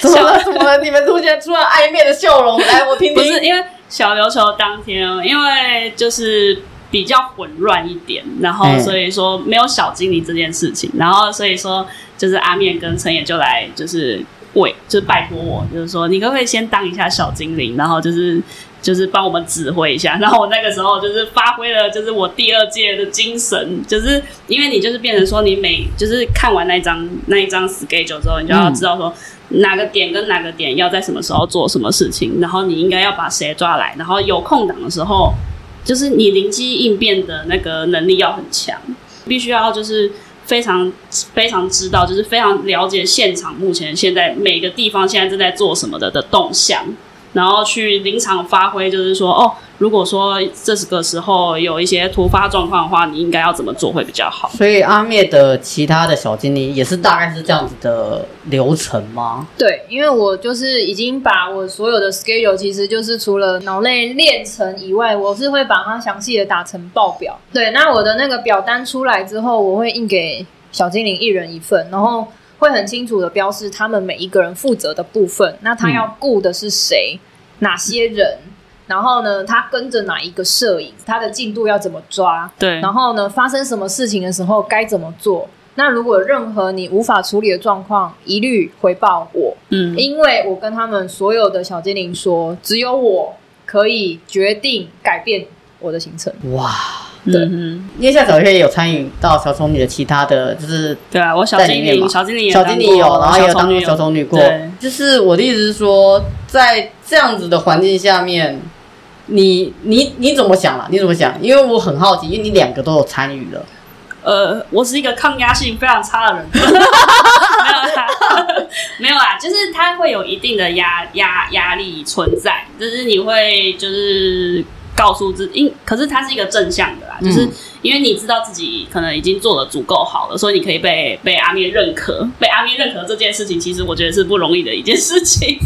Speaker 2: 怎么了？怎么了？你们出现出了暧昧的笑容，来，我听
Speaker 1: 不
Speaker 2: 听。
Speaker 1: 是因为小琉球当天，哦因为就是比较混乱一点，然后
Speaker 2: 嗯
Speaker 1: 所以说没有小精灵这件事情，然后所以说就是阿面跟陈野就来就是跪，就是拜托我，就是说你可不可以先当一下小精灵，然后就是。就是帮我们指挥一下，然 后我那个时候就是发挥了，就是我第二届的精神，就是因为你就是变成说你每就是看完那一张那一张 schedule 之后，你就要
Speaker 2: 嗯
Speaker 1: 知道说哪个点跟哪个点要在什么时候做什么事情，然后你应该要把谁抓来，然后有空档的时候，就是你灵机应变的那个能力要很强，必须要就是非常非常知道，就是非常了解现场目前现在每个地方现在正在做什么的的动向。然后去临场发挥，就是说，哦，如果说这个时候有一些突发状况的话，你应该要怎么做会比较好？
Speaker 2: 所以阿灭的其他的小精灵也是大概是这样子的流程吗？
Speaker 3: 对，因为我就是已经把我所有的 schedule，其实就是除了脑内练成以外，我是会把它详细的打成报表。对，那我的那个表单出来之后，我会印给小精灵一人一份，然后会很清楚的标示他们每一个人负责的部分，那他要顾的是谁，哪些人，然后呢，他跟着哪一个摄影，他的进度要怎么抓，
Speaker 1: 对
Speaker 3: 然后呢，发生什么事情的时候该怎么做？那如果有任何你无法处理的状况，一律回报我，
Speaker 1: 嗯，
Speaker 3: 因为我跟他们所有的小精灵说，只有我可以决定改变我的行程。
Speaker 2: 哇！
Speaker 1: 对，嗯
Speaker 2: 因为像小月也有参与到小丑女的其他的，就是
Speaker 1: 对啊，我小
Speaker 2: 在里
Speaker 1: 精
Speaker 2: 面
Speaker 1: 灵，
Speaker 2: 嘛
Speaker 1: 小精灵也
Speaker 2: 小
Speaker 1: 当
Speaker 2: 精灵有，
Speaker 1: 过
Speaker 2: 然后也有
Speaker 1: 小
Speaker 2: 当
Speaker 1: 丑
Speaker 2: 过
Speaker 1: 女
Speaker 2: 小丑女过
Speaker 1: 对。
Speaker 2: 就是我的意思是说，在这样子的环境下面，你你你怎么想啦？你怎么想？因为我很好奇，因为你两个都有参与了，
Speaker 1: 呃，我是一个抗压性非常差的人， 没有啦， 没有啦，就是它会有一定的压压压力存在，就是你会就是告诉自因，可是它是一个正向的啦，就是
Speaker 2: 嗯
Speaker 1: 因为你知道自己可能已经做的足够好了，所以你可以被被阿面认可，被阿面认可这件事情，其实我觉得是不容易的一件事情。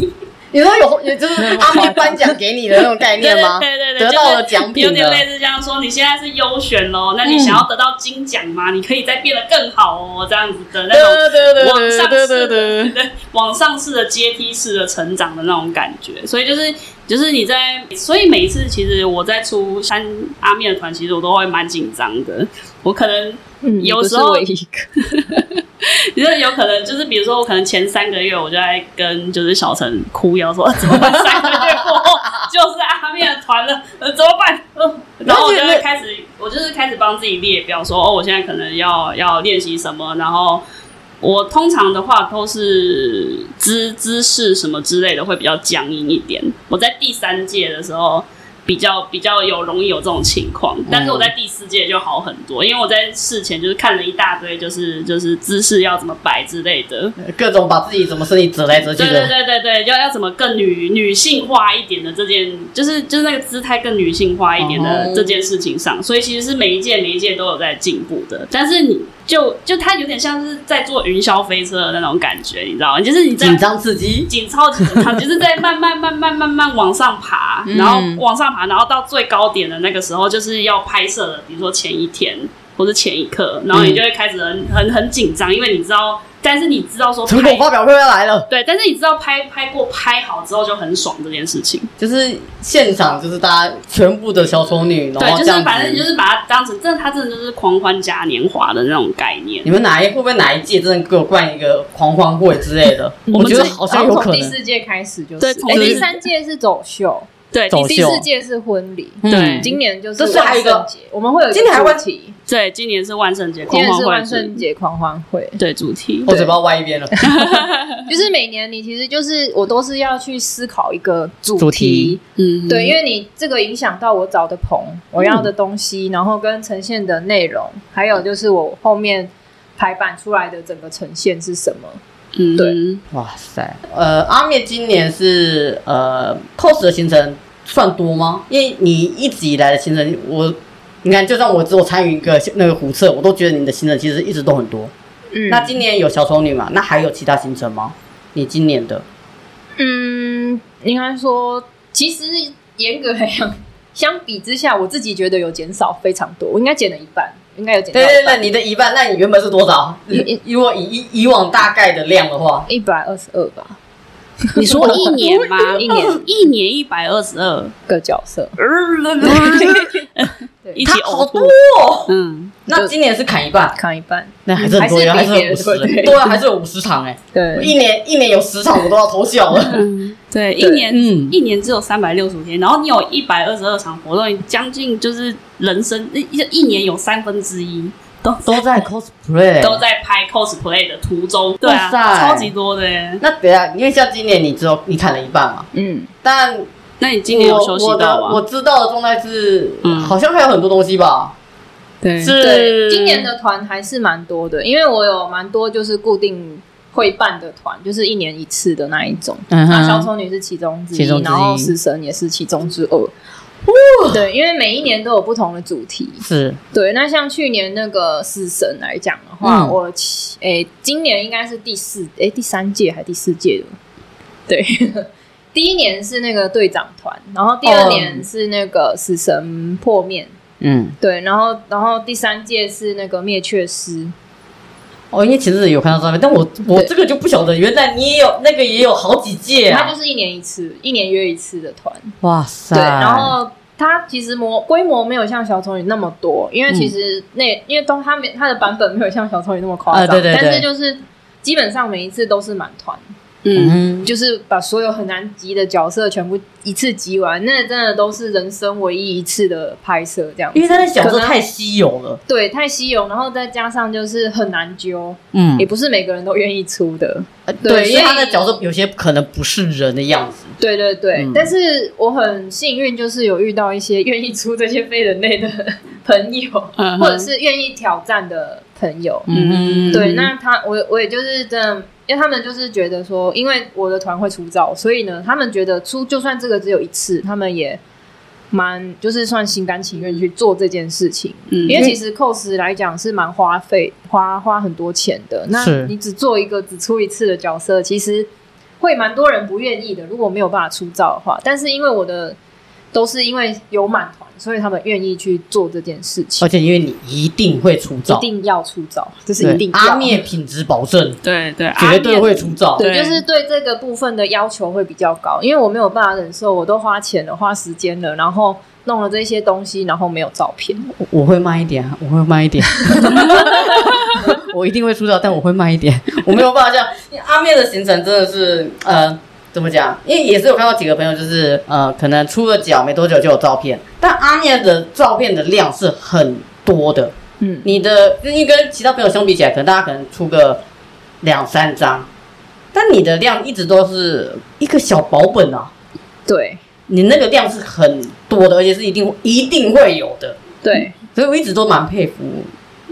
Speaker 2: 你说有，也就是阿面颁奖给你的那种概
Speaker 1: 对
Speaker 2: 念
Speaker 1: 对
Speaker 2: 吗？
Speaker 1: 对对对，就
Speaker 2: 得
Speaker 1: 是
Speaker 2: 到了奖品嗯
Speaker 1: 有点
Speaker 2: 了。
Speaker 1: 类似这样说，你现在是优选喽，那你想要得到金奖吗？你可以再变得更好哦，这样子的那种
Speaker 2: 对对
Speaker 1: 往上
Speaker 2: 对
Speaker 1: 式
Speaker 2: 对对
Speaker 1: 对往上式的阶梯式的成长的那种感觉，所以就是就是你在，所以每一次其实我在出山阿面的团，其实我都会蛮紧张的，我可能
Speaker 3: 嗯
Speaker 1: 有时候
Speaker 3: 唯一一个，
Speaker 1: 就是有可能就是比如说我可能前三个月我就在跟就是小陈哭腰说，怎么办三个月过后就是阿面的团了，呃怎么办？呃然后我就会开始，我就是开始帮自己列表说哦，我现在可能要要练习什么，然后我通常的话都是姿姿势什么之类的会比较僵硬一点。我在第三届的时候比较比较有容易有这种情况，但是我在第四届就好很多，因为我在事前就是看了一大堆，就是就是姿势要怎么摆之类的。
Speaker 2: 各种把自己怎么身体折来折去
Speaker 1: 对对
Speaker 2: 的，
Speaker 1: 对对对，要要怎么更女女性化一点的这件，就是就是那个姿态更女性化一点的
Speaker 2: 哦
Speaker 1: 这件事情上，所以其实是每一届每一届都有在进步的。但是你就就它有点像是在坐云霄飞车的那种感觉，你知道吗？就是你在
Speaker 2: 紧张刺激，
Speaker 1: 紧超级紧张，就是在慢慢慢慢慢慢往上爬，
Speaker 3: 嗯
Speaker 1: 然后往上爬，然后到最高点的那个时候，就是要拍摄的，比如说前一天或者前一刻，然后你就会开始很很很紧张，因为你知道，但是你知道说
Speaker 2: 成果
Speaker 1: 拍
Speaker 2: 发表会要来了，
Speaker 1: 对，但是你知道拍拍过拍好之后就很爽这件事情，
Speaker 2: 就是现场就是大家全部的小丑女，然
Speaker 1: 对，
Speaker 2: 后
Speaker 1: 就
Speaker 2: 这
Speaker 1: 是
Speaker 2: 样
Speaker 1: 反正你就
Speaker 2: 子。
Speaker 1: 是把它当成，真的它真的就是狂欢嘉年华的那种概念。
Speaker 2: 你们哪一会不会哪一届真的给我办一个狂欢会之类的？
Speaker 1: 我们
Speaker 2: 我觉得
Speaker 1: 这
Speaker 2: 好
Speaker 3: 然
Speaker 2: 像有
Speaker 3: 后
Speaker 2: 可
Speaker 3: 从第
Speaker 2: 能。
Speaker 3: 四届开始就是，
Speaker 1: 对从
Speaker 3: 哎，
Speaker 1: 第
Speaker 3: 第三届是走秀，
Speaker 1: 对
Speaker 2: 走
Speaker 1: 第
Speaker 2: 秀
Speaker 3: 第四届是婚礼，
Speaker 2: 嗯
Speaker 1: 对
Speaker 3: 今年就是
Speaker 2: 这是还有一个
Speaker 3: 万圣节，我们会有一个
Speaker 2: 今年还
Speaker 3: 主
Speaker 2: 会
Speaker 3: 题，
Speaker 1: 对，今年是万圣节
Speaker 3: 今
Speaker 1: 狂
Speaker 3: 年
Speaker 1: 欢
Speaker 3: 是
Speaker 1: 会，
Speaker 3: 万圣节狂欢会，
Speaker 1: 对主题，
Speaker 3: 哦
Speaker 2: 我嘴巴歪一边了。
Speaker 3: 就是每年你其实就是我都是要去思考一个主
Speaker 2: 主题
Speaker 1: 嗯，
Speaker 3: 对，因为你这个影响到我找的棚，我要的东西，然后跟呈现的内容，还有就是我后面排版出来的整个呈现是什么。
Speaker 1: 嗯
Speaker 3: 对
Speaker 2: 哇塞，呃，阿灭今年是呃 cos 的行程算多吗？因为你一直以来的行程，我你看，就算我只有参与一个那个虎彻，我都觉得你的行程其实一直都很多。
Speaker 3: 嗯
Speaker 2: 那今年有小丑女嘛？那还有其他行程吗？你今年的
Speaker 3: 嗯，应该说，其实严格来讲，相比之下，我自己觉得有减少非常多，我应该减了一半，应该有减到
Speaker 2: 对对
Speaker 3: 一
Speaker 2: 对，
Speaker 3: 半，
Speaker 2: 你的一半，那你原本是多少？以如果以以以往大概的量的话，
Speaker 3: 一百二十二吧
Speaker 1: 你说一年吗？
Speaker 3: 一年
Speaker 1: 一年一百二十二，
Speaker 3: 个角色。 对
Speaker 1: 一
Speaker 2: 它
Speaker 1: 起
Speaker 2: 好
Speaker 1: 呕
Speaker 2: 多
Speaker 1: 吐。
Speaker 2: 哦。
Speaker 1: 嗯，
Speaker 2: 那今年是砍一半，
Speaker 3: 看一半，
Speaker 2: 那还是很多呀，还
Speaker 3: 还
Speaker 2: 是
Speaker 3: 是
Speaker 2: 有五
Speaker 3: 比别人
Speaker 2: 十，
Speaker 3: 对
Speaker 2: 对啊，还是有五十场哎，
Speaker 3: 对，
Speaker 2: 一年一年有十场我都要偷笑了。
Speaker 1: 对，一年
Speaker 2: 嗯
Speaker 1: 一年只有三百六十五天，然后你有一百二十二场活动，你将近就是人生一一年有三分之一都
Speaker 2: 都在 cosplay，
Speaker 1: 都。在拍 cosplay 的途中，对啊，
Speaker 2: 哇塞
Speaker 1: 超级多的耶。
Speaker 2: 那等一下，因为像今年你只有你砍了一半嘛，
Speaker 3: 嗯，
Speaker 2: 但
Speaker 1: 那你今年有
Speaker 2: 我
Speaker 1: 休
Speaker 2: 我
Speaker 1: 息
Speaker 2: 的
Speaker 1: 到啊
Speaker 2: 我
Speaker 1: 吗？
Speaker 2: 知道的状态是，
Speaker 1: 嗯
Speaker 2: 好像还有很多东西吧，
Speaker 1: 对
Speaker 2: 是
Speaker 3: 对，今年的团还是蛮多的，因为我有蛮多就是固定会办的团，就是一年一次的那一种。
Speaker 2: 嗯
Speaker 3: 那小丑女是其中之
Speaker 2: 其
Speaker 3: 一，
Speaker 2: 中之一哦
Speaker 3: 然后死神也是其中之二。对，因为每一年都有不同的主题。
Speaker 2: 是
Speaker 3: 对，那像去年那个死神来讲的话，
Speaker 2: 嗯
Speaker 3: 我其诶、今年应该是第四诶、第三届还是第四届的？对， 第一年是那个队长团，然后第
Speaker 2: 哦
Speaker 3: 二年是那个死神破面，
Speaker 2: 嗯，
Speaker 3: 对，然后然后第三届是那个灭却师，
Speaker 2: 哦，因为前阵子有看到照片，但我我
Speaker 3: 对
Speaker 2: 这个就不晓得，原来你也有那个也有好几届
Speaker 3: 它
Speaker 2: 啊
Speaker 3: 就，是一年一次，一年约一次的团。
Speaker 2: 哇塞
Speaker 3: 对，然后它其实模规模没有像小丑女那么多，因为
Speaker 2: 嗯
Speaker 3: 其实那、因为都它没它的版本没有像小丑女那么夸张，
Speaker 2: 啊对对对
Speaker 3: 但是就是基本上每一次都是满团，
Speaker 1: 嗯，
Speaker 2: 嗯，
Speaker 3: 就是把所有很难集的角色全部一次集完，那真的都是人生唯一一次的拍摄这样
Speaker 2: 因为
Speaker 3: 子。
Speaker 2: 他的小说
Speaker 3: 可能
Speaker 2: 太稀有了，
Speaker 3: 对，太稀有，然后再加上就是很难揪，
Speaker 2: 嗯
Speaker 3: 也，不是每个人都愿意出的。
Speaker 2: 呃对，
Speaker 3: 对
Speaker 2: 因为他
Speaker 3: 所以
Speaker 2: 的角色有些可能不是人的样子，
Speaker 3: 对对对，
Speaker 2: 嗯
Speaker 3: 但是我很幸运，就是有遇到一些愿意出这些非人类的朋友，
Speaker 1: 嗯哼
Speaker 3: 或者是愿意挑战的朋友。
Speaker 1: 嗯
Speaker 3: 对，那他我我也就是真的，因为他们就是觉得说，因为我的团会出招，所以呢，他们觉得出就算这个只有一次，他们也蛮就是算心甘情愿去做这件事情。
Speaker 1: 嗯
Speaker 3: 因为其实 cos 来讲是蛮花费花花很多钱的，
Speaker 2: 是
Speaker 3: 那你只做一个只出一次的角色，其实会蛮多人不愿意的。如果没有办法出照的话，但是因为我的都是因为有满团，所以他们愿意去做这件事情
Speaker 2: 而，且因为你一定会出
Speaker 3: 一
Speaker 2: 照，
Speaker 3: 定要出照，这呃是
Speaker 2: 对
Speaker 3: 一定要
Speaker 2: 阿灭品质保证，
Speaker 1: 对对，
Speaker 2: 绝对会
Speaker 1: 阿
Speaker 2: 出照，
Speaker 3: 对，
Speaker 1: 对
Speaker 3: 就是对这个部分的要求会比较高，因为我没有办法忍受，我都花钱了，花时间了，然后弄了这些东西，然后没有照片。
Speaker 2: 我我会慢一点啊，我会慢 一点，我一定会出道，但我会慢一点，我没有办法这样。因为 阿面的行程真的是，呃，怎么讲？因为也是有看到几个朋友，就是呃，可能出了脚没多久就有照片，但阿面的照片的量是很多的。
Speaker 3: 嗯，
Speaker 2: 你的因为跟其他朋友相比起来，可能大家可能出个两三张，但你的量一直都是一个小保本啊，
Speaker 3: 对
Speaker 2: 你那个量是很多的，而且是一定一定会有的，
Speaker 3: 对，
Speaker 2: 所以我一直都蛮佩服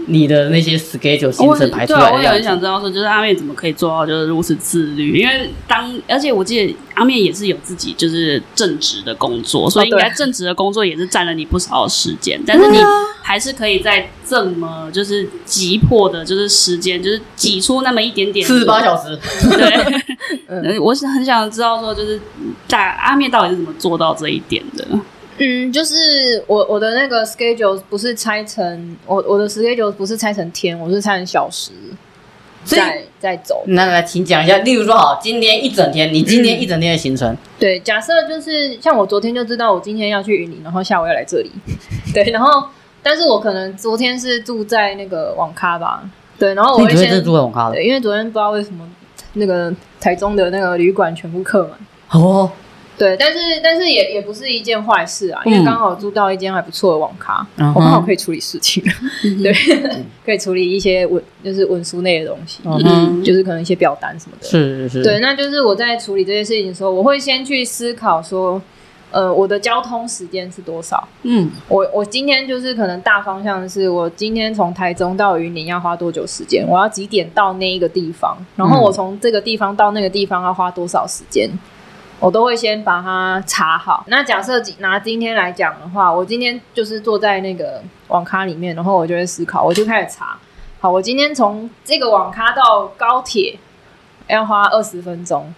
Speaker 2: 你的那些 schedule 行
Speaker 1: 我
Speaker 2: 程
Speaker 1: 很
Speaker 2: 排出
Speaker 1: 对啊，
Speaker 2: 来
Speaker 1: 我
Speaker 2: 的
Speaker 1: 也很
Speaker 2: 样子。
Speaker 1: 想知道说，就是阿面怎么可以做到就是如此自律？因为当而且我记得阿面也是有自己就是正职的工作，
Speaker 2: 哦
Speaker 1: 所以应
Speaker 3: 对
Speaker 1: 该正职的工作也是占了你不少的时间，但是你
Speaker 2: 啊
Speaker 1: 还是可以在这么就是急迫的，就是时间，就是挤出那么一点点
Speaker 2: 四十八小时，
Speaker 1: 对，
Speaker 3: 嗯
Speaker 1: 呃我是很想知道说，就是大阿面到底是怎么做到这一点的？
Speaker 3: 嗯，就是我我的那个 schedule 不是拆成我我的 schedule 不是拆成天，我是拆成小时
Speaker 2: 所以
Speaker 3: 再再走。
Speaker 2: 那来，请讲一下，例如说，好，今天一整天，你今天一整天的行程，
Speaker 3: 对，假设就是像我昨天就知道我今天要去云林，然后下午要来这 里，对，然后但是我可能昨天是住在那个网咖吧，对，然后嗯我
Speaker 2: 你
Speaker 3: 会
Speaker 2: 昨天
Speaker 3: 先
Speaker 2: 真的住在网咖了
Speaker 3: 对，因为昨天不知道为什么那个台中的那个旅馆全部客满，
Speaker 2: 哦，
Speaker 3: 对，但是但是也也不是一件坏事啊，因
Speaker 2: 嗯
Speaker 3: 为刚好住到一间还不错的网咖，
Speaker 2: 嗯
Speaker 3: 我刚好
Speaker 2: 哼嗯
Speaker 3: 可以处理事情，对， 可以处理一些文就是文书类的东西，
Speaker 2: 嗯
Speaker 1: 嗯
Speaker 2: 哼，
Speaker 3: 就是可能一些表单什么的，
Speaker 2: 是是是，
Speaker 3: 对，那就是我在处理这些事情的时候，我会先去思考说，呃，我的交通时间是多少？
Speaker 2: 嗯，
Speaker 3: 我我今天就是可能大方向是我今天从台中到云林要花多久时间？我要几点到那一个地方？然
Speaker 2: 嗯
Speaker 3: 后我从这个地方到那个地方要花多少时间？我都会先把它查好。那假设今拿今天来讲的话，我今天就是坐在那个网咖里面，然后我就会思考，我就开始查。好，我今天从这个网咖到高铁要花二十分钟，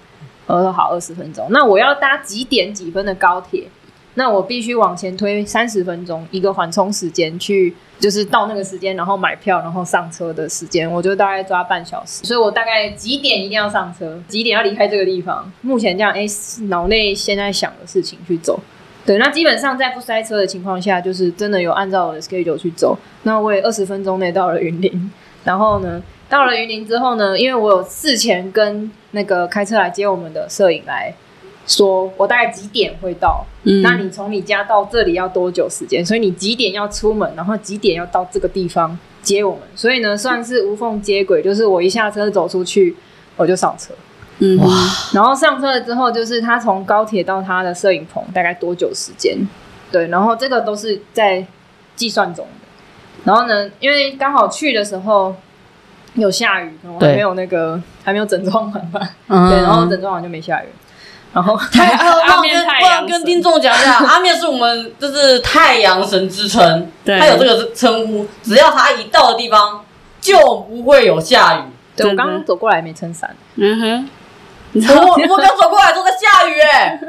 Speaker 3: 我说好二十分钟。那我要搭几点几分的高铁？那我必须往前推三十分钟，一个缓冲时间去，就是到那个时间，然后买票，然后上车的时间，我就大概抓半小时。所以我大概几点一定要上车，几点要离开这个地方。目前这样，哎、脑内现在想的事情去走。对，那基本上在不塞车的情况下，就是真的有按照我的 schedule 去走。那我也二十分钟内到了云林，然后呢，到了云林之后呢，因为我有事前跟那个开车来接我们的摄影来说，我大概几点会到，
Speaker 1: 嗯
Speaker 3: 那你从你家到这里要多久时间？所以你几点要出门，然后几点要到这个地方接我们？所以呢，算是无缝接轨，就是我一下车走出去，我就上车。
Speaker 1: 嗯
Speaker 2: 哇，
Speaker 3: 然后上车了之后，就是他从高铁到他的摄影棚大概多久时间？对，然后这个都是在计算中的。然后呢，因为刚好去的时候有下雨，我还
Speaker 2: 对
Speaker 3: 没有那个还没有整装完吧？
Speaker 2: 嗯
Speaker 3: 对，然后整装完就没下雨。然后
Speaker 2: 太呃，
Speaker 1: 阿
Speaker 2: 忘
Speaker 1: 面
Speaker 2: 跟
Speaker 1: 太
Speaker 2: 忘
Speaker 1: 阳
Speaker 2: 跟
Speaker 1: 神
Speaker 2: 听众讲一 下，阿面是我们就是太阳神之称，
Speaker 1: 对
Speaker 2: 他有这个称呼，只要他一到的地方就不会有 下雨。
Speaker 3: 对
Speaker 1: 真
Speaker 3: 我
Speaker 1: 的
Speaker 3: 刚刚走过来没撑伞。
Speaker 1: 嗯哼。你知道
Speaker 2: 我我刚走过来都在下雨哎、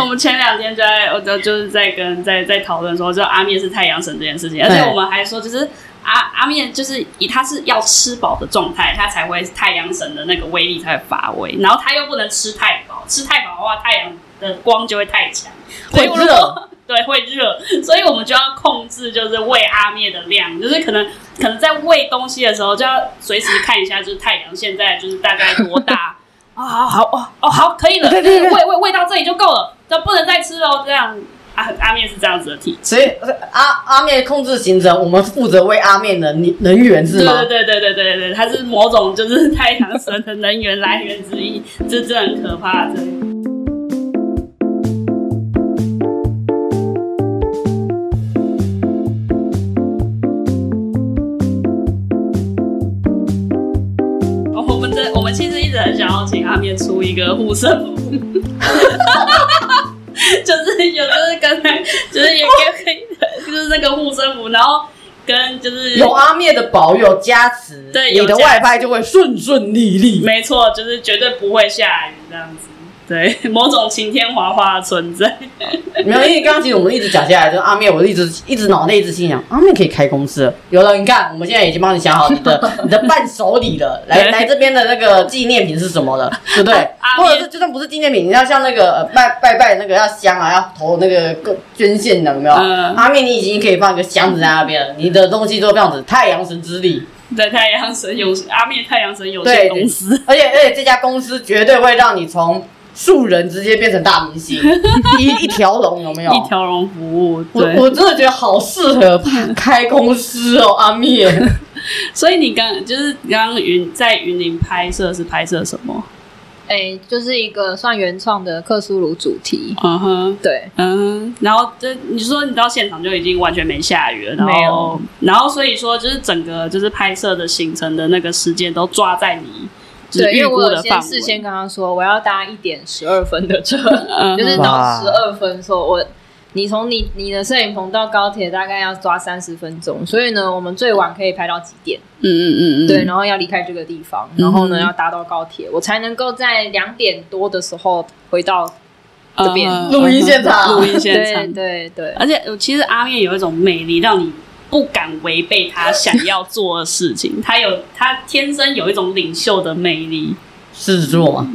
Speaker 1: 我们前两天就在，我就就是在跟在在讨论说，就阿面是太阳神这件事情，而且
Speaker 2: 对
Speaker 1: 我们还说，就是阿阿面就是以他是要吃饱的状态，他才会太阳神的那个威力才会发威，然后他又不能吃太饱，吃太饱的话，太阳的光就会太强，所以
Speaker 2: 会
Speaker 1: 我如果
Speaker 2: 热，
Speaker 1: 对，会热，所以我们就要控制，就是喂阿面的量，就是可能可能在喂东西的时候，就要随时看一下，就是太阳现在就是大概多大啊、好好哦哦好，可以了，
Speaker 2: 对对对
Speaker 1: 就是喂喂喂到这里就够了，那不能再吃喽，这样。阿阿面是这样子的体质，
Speaker 2: 所以呃阿阿面控制行程，我们负责为阿面能能源是
Speaker 1: 对
Speaker 2: 吗
Speaker 1: 对？对对对对对，它是某种就是太阳神的能源来源之一，这真的很可怕。这哦我们这我们其实一直很想要请阿面出一个护身符， 就是有就是刚才就是也可以就是那个护身符，然后跟就是
Speaker 2: 有啊阿面的保佑加持，
Speaker 1: 对
Speaker 2: 你
Speaker 1: 有
Speaker 2: 的
Speaker 1: 加持
Speaker 2: 外派就会顺顺利利。
Speaker 1: 没错，就是绝对不会下雨这样子。对， 某种晴天滑滑的存在。
Speaker 2: 没有，因为刚刚其实我们一直讲下来，就是阿面，我一直一直脑内一直心想，阿面可以开公司了。有了，你看，我们现在已经帮你想好你 的你的伴手礼了，来
Speaker 1: 对啊
Speaker 2: 来这边的那个纪念品是什么了，对不对？
Speaker 1: 阿面
Speaker 2: 或者是就算不是纪念品，你要像那个呃拜拜拜那个要香啊，要投那个个捐献的，有没有？
Speaker 1: 嗯
Speaker 2: 阿面，你已经可以放一个箱子在那边了，你的东西都这样子，太阳神之力，
Speaker 1: 对，太阳神有阿面太阳神有
Speaker 2: 对
Speaker 1: 限公司，
Speaker 2: 而且而且这家公司绝对会让你从素人直接变成大 明星，一一条龙，有没有？
Speaker 1: 一条龙服务。
Speaker 2: 我
Speaker 1: 对，
Speaker 2: 我真的觉得好适合开公司哦，阿面。
Speaker 1: 所以你刚就是刚刚云在云林拍摄是拍摄什么？
Speaker 3: 哎、就是一个算原创的克苏鲁主题，
Speaker 1: 嗯哼。
Speaker 3: 对，
Speaker 1: 嗯，然后这你说你到现场就已经完全没下雨了，然
Speaker 3: 没
Speaker 1: 后
Speaker 3: 有
Speaker 1: 然后所以说就是整个就是拍摄的行程的那个时间都抓在你就是
Speaker 3: 对，因
Speaker 1: 预
Speaker 3: 为
Speaker 1: 估
Speaker 3: 我
Speaker 1: 的
Speaker 3: 有
Speaker 1: 范
Speaker 3: 先
Speaker 1: 围，
Speaker 3: 事先跟他说，我要搭一点十二分的车，
Speaker 1: 嗯哼
Speaker 3: 就是
Speaker 2: 哇
Speaker 3: 到十二分的时候，我你从你你的摄影棚到高铁大概要抓三十分钟，所以呢，我们最晚可以拍到几点？
Speaker 1: 嗯嗯嗯嗯，嗯
Speaker 3: 对，然后要离开这个地方，然后呢要搭到高铁，我才能够在两点多的时候回到。这边
Speaker 1: 嗯
Speaker 2: 录音现场
Speaker 1: 录音现
Speaker 3: 对
Speaker 1: 场。
Speaker 3: 对对，
Speaker 1: 而且呃其实阿面有一种魅力，让你不敢违背他想要做的事情。他有他天生有一种领袖的魅力。
Speaker 2: 狮子座嘛，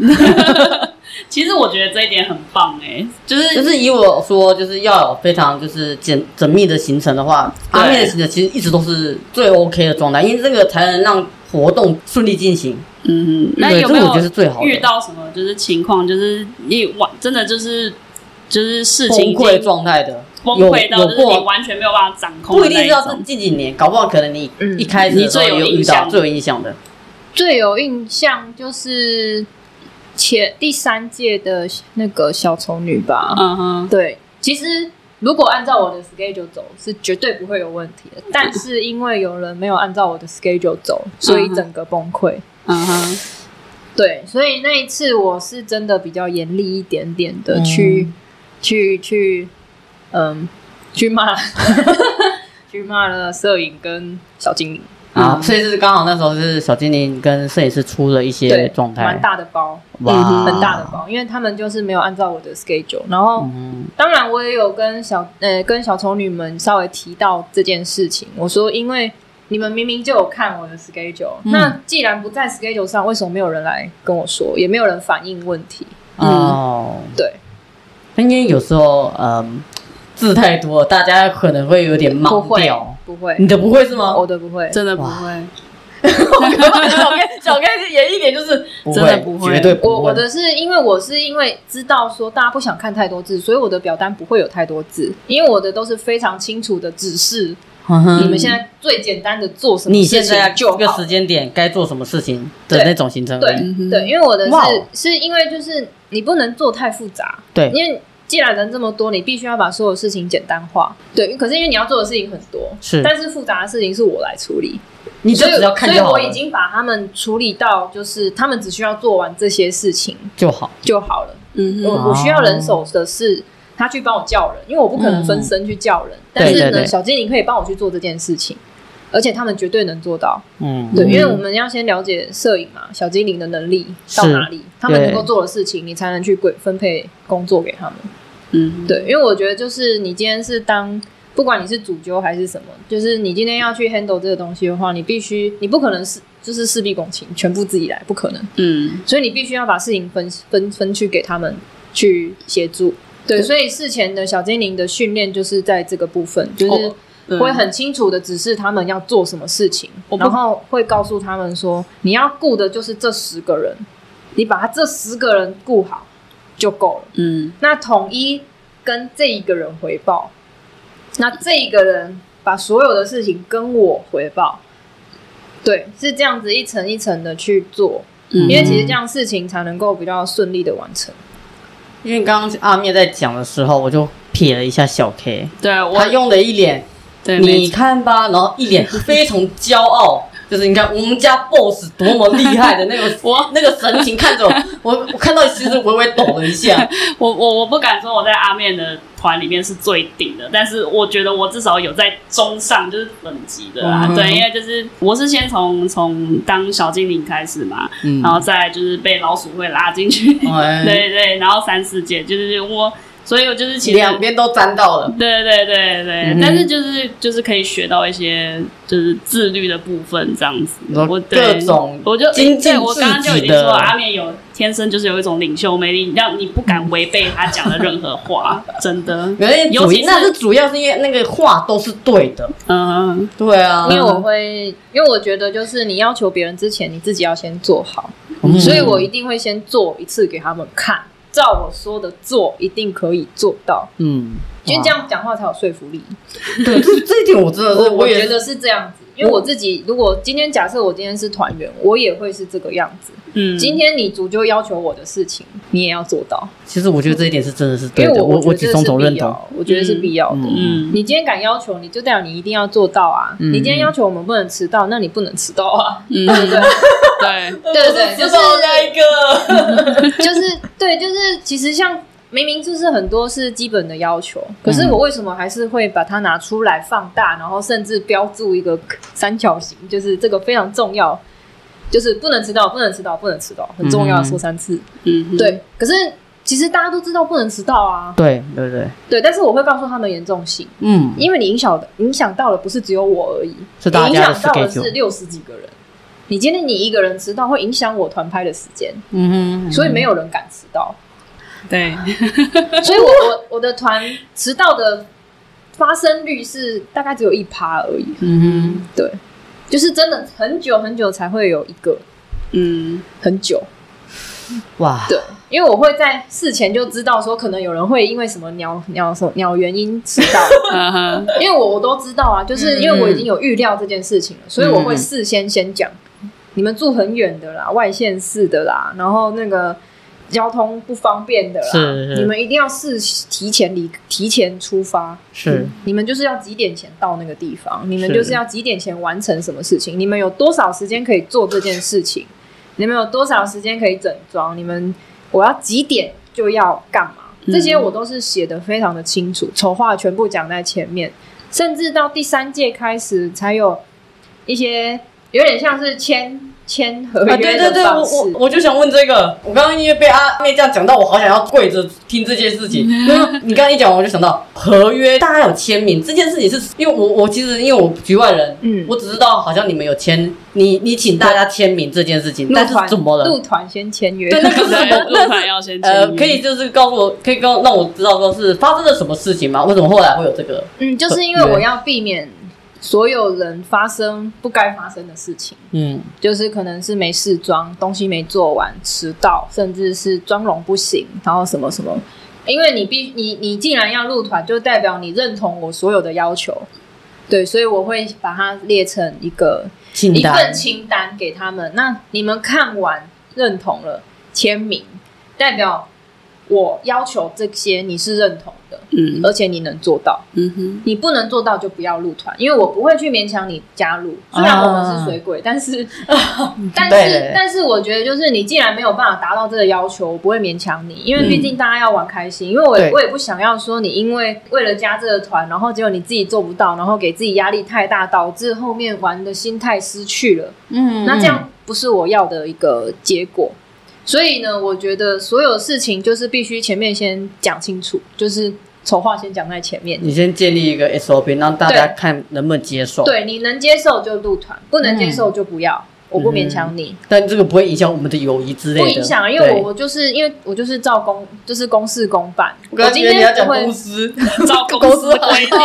Speaker 1: 其实我觉得这一点很棒哎、就是
Speaker 2: 就是以我说，就是要有非常就是简缜密的行程的话，
Speaker 1: 对
Speaker 2: 阿面的行程其实一直都是最 OK 的状态，因为这个才能让活动顺利进行。
Speaker 1: 嗯，那
Speaker 2: 对
Speaker 1: 有
Speaker 2: 这
Speaker 1: 没
Speaker 2: 个我
Speaker 1: 有
Speaker 2: 觉得是最好的
Speaker 1: 遇到什么就是情况，就是你完真的就是就是事
Speaker 2: 崩
Speaker 1: 情已经
Speaker 2: 溃状态的，
Speaker 1: 崩
Speaker 2: 有
Speaker 1: 溃到
Speaker 2: 有
Speaker 1: 就是你
Speaker 2: 过，
Speaker 1: 完全没有办法掌控
Speaker 2: 不
Speaker 1: 的
Speaker 2: 一定
Speaker 1: 那
Speaker 2: 是
Speaker 1: 一
Speaker 2: 要这
Speaker 1: 种。
Speaker 2: 近几年，搞不好可能你
Speaker 3: 嗯
Speaker 2: 一开始的时候
Speaker 1: 你最有
Speaker 2: 有遇
Speaker 1: 印
Speaker 2: 到
Speaker 1: 象
Speaker 2: 最有印象的，
Speaker 3: 最有印象就是前第三届的那个小丑女吧。
Speaker 1: 嗯哼，
Speaker 3: 对，其实如果按照我的 schedule 走，是绝对不会有问题的。但是因为有人没有按照我的 schedule 走，所以整个崩溃。
Speaker 1: 嗯哼，
Speaker 3: 对，所以那一次我是真的比较严厉一点点的
Speaker 2: 嗯
Speaker 3: 去、去去，嗯，去骂 去骂了摄影跟小精灵，
Speaker 2: 啊，
Speaker 1: 嗯
Speaker 2: 所以是刚好那时候是小精灵跟摄影师出了一些
Speaker 3: 对，
Speaker 2: 状态
Speaker 3: 蛮，大的包。
Speaker 1: 嗯哼
Speaker 3: 很大的，包，因为他们就是没有按照我的 schedule。然后，
Speaker 2: 嗯，
Speaker 3: 当然我也有跟小呃跟小丑女们稍微提到这件事情，我说因为你们明明就有看我的 schedule，、
Speaker 2: 嗯
Speaker 3: 那既然不在 schedule 上，为什么没有人来跟我说，也没有人反映问题？
Speaker 1: 嗯
Speaker 2: 哦，
Speaker 3: 对，
Speaker 2: 因为有时候嗯字太多了，大家可能会有点
Speaker 3: 不
Speaker 2: 盲
Speaker 3: 会
Speaker 2: 掉。，
Speaker 3: 不会
Speaker 2: 你，的不会是吗？
Speaker 3: 我的不会。
Speaker 1: 真的不
Speaker 2: 哇
Speaker 1: 会，
Speaker 2: 小开小开严一点就是
Speaker 1: 真的不会
Speaker 2: 绝对
Speaker 3: 我
Speaker 2: 不
Speaker 3: 我
Speaker 2: 会。
Speaker 3: 的是因为我是因为知道说大家不想看太多字，所以我的表单不会有太多字，因为我的都是非常清楚的指示，
Speaker 2: 嗯哼
Speaker 3: 你们现在最简单的做什么
Speaker 2: 你
Speaker 3: 事
Speaker 2: 现
Speaker 3: 情
Speaker 2: 在
Speaker 3: 就
Speaker 2: 这个
Speaker 3: 好
Speaker 2: 时间点该做什么事情的
Speaker 3: 对
Speaker 2: 那种行程而已，
Speaker 1: 嗯哼
Speaker 3: 对对，因为我的
Speaker 2: 哇
Speaker 3: 是
Speaker 2: 哦
Speaker 3: 是因为就是你不能做太复杂，
Speaker 2: 对
Speaker 3: 因为既然人这么多，你必须要把所有事情简单化。对，可是因为你要做的事情很多，
Speaker 2: 是
Speaker 3: 但是复杂的事情是我来处理，
Speaker 2: 你就
Speaker 3: 所以
Speaker 2: 只要看
Speaker 3: 所以
Speaker 2: 就好
Speaker 3: 我
Speaker 2: 了
Speaker 3: 已经把他们处理到，就是他们只需要做完这些事情
Speaker 2: 就好。
Speaker 3: 就好了。
Speaker 1: 嗯哼，
Speaker 3: 我我需要人手的是。他去帮我叫人，因为我不可能分身去叫人，但是
Speaker 2: 嗯
Speaker 3: 呢，
Speaker 2: 对对对
Speaker 3: 小精灵可以帮我去做这件事情，而且他们绝对能做到。
Speaker 2: 嗯，
Speaker 3: 对，因为
Speaker 1: 嗯
Speaker 3: 我们要先了解摄影嘛，小精灵的能力到
Speaker 2: 是
Speaker 3: 哪里，他们
Speaker 2: 对
Speaker 3: 能够做的事情，你才能去规分配工作给他们。
Speaker 1: 嗯，
Speaker 3: 对，因为我觉得就是你今天是当，不管你是主揪还是什么，就是你今天要去 handle 这个东西的话，你必须，你不可能是就是事必躬亲，全部自己来，不可能，
Speaker 1: 嗯，
Speaker 3: 所以你必须要把事情分分分去给他们去协助。对，所以事前的小精灵的训练就是在这个部分，就是、
Speaker 1: 哦对
Speaker 3: 会很清楚的指示他们要做什么事情，然后会告诉他们说，你要顾的就是这十个人，你把他这十个人顾好就够了。
Speaker 1: 嗯
Speaker 3: 那统一跟这一个人回报，那这一个人把所有的事情跟我回报，对，是这样子一层一层的去做，
Speaker 1: 嗯，
Speaker 3: 因为其实这样事情才能够比较顺利的完成。
Speaker 2: 因为刚刚阿面在讲的时候，我就瞥了一下小 K，
Speaker 1: 对我
Speaker 2: 他用的一脸
Speaker 1: 对没
Speaker 2: 你
Speaker 1: 错
Speaker 2: 看吧，然后一脸非常骄 傲，就是你看我们家 boss 多么厉害的那个 我那个神情看着我， 我我看到其实微微抖了一下，
Speaker 1: 我我我不敢说我在阿面的团里面是最顶的，但是我觉得我至少有在中上，就是等级的啦。
Speaker 2: 嗯
Speaker 1: 对，因为就是我是先从从当小精灵开始嘛，
Speaker 2: 嗯
Speaker 1: 然后再来就是被老鼠会拉进去，
Speaker 2: 哎
Speaker 1: 对对，然后三四届就是我，所以我就是其实
Speaker 2: 两边都沾到了。
Speaker 1: 对对对对，
Speaker 2: 嗯哼
Speaker 1: 但是就是就是可以学到一些就是自律的部分这样子。
Speaker 2: 你说
Speaker 1: 我
Speaker 2: 各
Speaker 1: 对
Speaker 2: 种
Speaker 1: 我就哎
Speaker 2: 精进
Speaker 1: 对我刚刚
Speaker 2: 自
Speaker 1: 就
Speaker 2: 己
Speaker 1: 已经说
Speaker 2: 的
Speaker 1: 阿面有天生就是有一种领袖魅力，让你不敢违背他讲的任何话，真 的。
Speaker 2: 原来
Speaker 1: 尤
Speaker 2: 主
Speaker 1: 其
Speaker 2: 那是
Speaker 1: 是
Speaker 2: 主要是因为那个话都是对的，
Speaker 1: 嗯
Speaker 2: 对啊，
Speaker 3: 因为我会，因为我觉得就是你要求别人之前，你自己要先做好，
Speaker 2: 嗯
Speaker 3: 所以我一定会先做一次给他们看，照我说的做，一定可以做到。
Speaker 2: 嗯，
Speaker 3: 因为
Speaker 2: 哇
Speaker 3: 这，样讲话才有说服力。
Speaker 2: 对，这这一点我真的
Speaker 3: 我
Speaker 2: 是，
Speaker 3: 呃我
Speaker 2: 也
Speaker 3: 觉
Speaker 2: 是
Speaker 3: 得是这样子，因为我自己如果今天假设我今天是团员，我也会是这个样子。
Speaker 1: 嗯，
Speaker 3: 今天你主就要求我的事情，你也要做到，
Speaker 2: 其实我觉得这一点是真的是
Speaker 3: 因
Speaker 2: 对
Speaker 3: 为
Speaker 2: 的，
Speaker 3: 我
Speaker 2: 我
Speaker 3: 我觉
Speaker 2: 举
Speaker 3: 得
Speaker 2: 双
Speaker 3: 是
Speaker 2: 手认
Speaker 3: 必
Speaker 2: 同。
Speaker 3: 要，我觉得是必要的。
Speaker 2: 嗯
Speaker 1: 嗯，
Speaker 3: 你今天敢要求，你就代表你一定要做到啊！
Speaker 2: 嗯
Speaker 3: 你今天要求我们不能迟到，那你不能迟到啊！
Speaker 1: 嗯，对，
Speaker 3: 对对，就是
Speaker 2: 一个，
Speaker 3: 就是对，就是其实像明明就是很多是基本的要求，可
Speaker 2: 嗯
Speaker 3: 是我为什么还是会把它拿出来放大，然后甚至标注一个三角形，就是这个非常重要，就是不能迟到，不能迟到，不能迟到，很重要，
Speaker 2: 嗯
Speaker 3: 说三次。
Speaker 1: 嗯，
Speaker 3: 对，可是其实大家都知道不能迟到啊，
Speaker 2: 对对对，
Speaker 3: 对，但是我会告诉他们严重性，
Speaker 2: 嗯，
Speaker 3: 因为你影响的影响到了不是只有我而已，
Speaker 2: 是大
Speaker 3: 你
Speaker 2: 家
Speaker 3: 影
Speaker 2: 的
Speaker 3: 响到的是
Speaker 2: schedule
Speaker 3: 六十几个人。你今天你一个人迟到，会影响我团拍的时间，
Speaker 2: 嗯哼，嗯哼
Speaker 3: 所以没有人敢迟到。
Speaker 1: 对，
Speaker 3: 所以我我我的团迟到的发生率是大概只有一趴而已。
Speaker 2: 嗯
Speaker 3: 对，就是真的很久很久才会有一个，
Speaker 1: 嗯，
Speaker 3: 很久。
Speaker 2: 哼，哇，
Speaker 3: 对，因为我会在事前就知道说，可能有人会因为什么鸟鸟什么鸟原因迟 到，
Speaker 1: 嗯哼，
Speaker 3: 因为我我都知道啊，就是
Speaker 2: 嗯
Speaker 3: 因为我已经有预料这件事情了，所以我会事先先讲，你们住很远的啦，外县市的啦，然后那个。交通不方便的啦，
Speaker 2: 是是
Speaker 3: 你们一定要事提前离提前出发，
Speaker 2: 是，
Speaker 3: 你们就是要几点前到那个地方，你们
Speaker 2: 是
Speaker 3: 就是要几点前完成什么事情，你们有多少时间可以做这件事情，你们有多少时间可以整装，你们我要几点就要干嘛，
Speaker 2: 嗯
Speaker 3: 这些我都是写的非常的清楚，丑话全部讲在前面，甚至到第三届开始才有一些有点像是签签合
Speaker 2: 啊，
Speaker 3: 约
Speaker 2: 对对
Speaker 3: 的
Speaker 2: 对，我
Speaker 3: 方式。
Speaker 2: 我我就想问这个，我刚刚因为被阿妹这样讲到，我好想要跪着听这件事情。
Speaker 3: 嗯
Speaker 2: 你刚刚一讲，我就想到合约，大家有签名这件事情是，因为我我其实因为我局外人，
Speaker 3: 嗯
Speaker 2: 我只知道好像你们有签，你你请大家签名这件事情，
Speaker 3: 入
Speaker 2: 但是
Speaker 3: 团
Speaker 2: 怎么
Speaker 3: 入
Speaker 2: 了？
Speaker 3: 团先签约？
Speaker 2: 对，那个是什么
Speaker 1: 对，？
Speaker 2: 那
Speaker 1: 入团要先签
Speaker 2: 呃，
Speaker 1: 约
Speaker 2: 可以，就是告诉我，可以告让我知道说是发生了什么事情吗？为什么后来会有这个？
Speaker 3: 嗯，就是因为我要避免所有人发生不该发生的事情，
Speaker 2: 嗯
Speaker 3: 就是可能是没试妆、东西没做完、迟到，甚至是妆容不行，然后什么什么。因为你必你你既然要入团，就代表你认同我所有的要求，对，所以我会把它列成一个
Speaker 2: 清
Speaker 3: 一份
Speaker 2: 单，
Speaker 3: 清单给他们。那你们看完认同了，签名，代表我要求这些你是认同的，
Speaker 1: 嗯
Speaker 3: 而且你能做到。
Speaker 1: 嗯哼，
Speaker 3: 你不能做到就不要入团，因为我不会去勉强你加入。虽然我们是水鬼，但 是但
Speaker 2: 啊对
Speaker 3: 是但是我觉得就是你既然没有办法达到这个要求，我不会勉强你，因为毕竟大家要玩开心。因为我也
Speaker 2: 对
Speaker 3: 我也不想要说你因为为了加这个团，然后结果你自己做不到，然后给自己压力太大，导致后面玩的心态失去了。
Speaker 2: 嗯
Speaker 3: 那这样不是我要的一个结果。所以呢，我觉得所有事情就是必须前面先讲清楚，就是丑话先讲在前面。
Speaker 2: 你先建立一个 SOP，让大家
Speaker 3: 对
Speaker 2: 看能不能接受。
Speaker 3: 对，你能接受就入团，不能接受就不要，我不勉强你，
Speaker 2: 但这个不会影响我们的友谊之类的，
Speaker 3: 不影响，因为
Speaker 2: 嗯对
Speaker 3: 我我就是因为我就是照公，就是公事公办。
Speaker 2: 我刚刚
Speaker 3: 今
Speaker 2: 觉得你要
Speaker 3: 天
Speaker 2: 讲
Speaker 3: 不会
Speaker 2: 公，司，
Speaker 1: 嗯照公司的规定，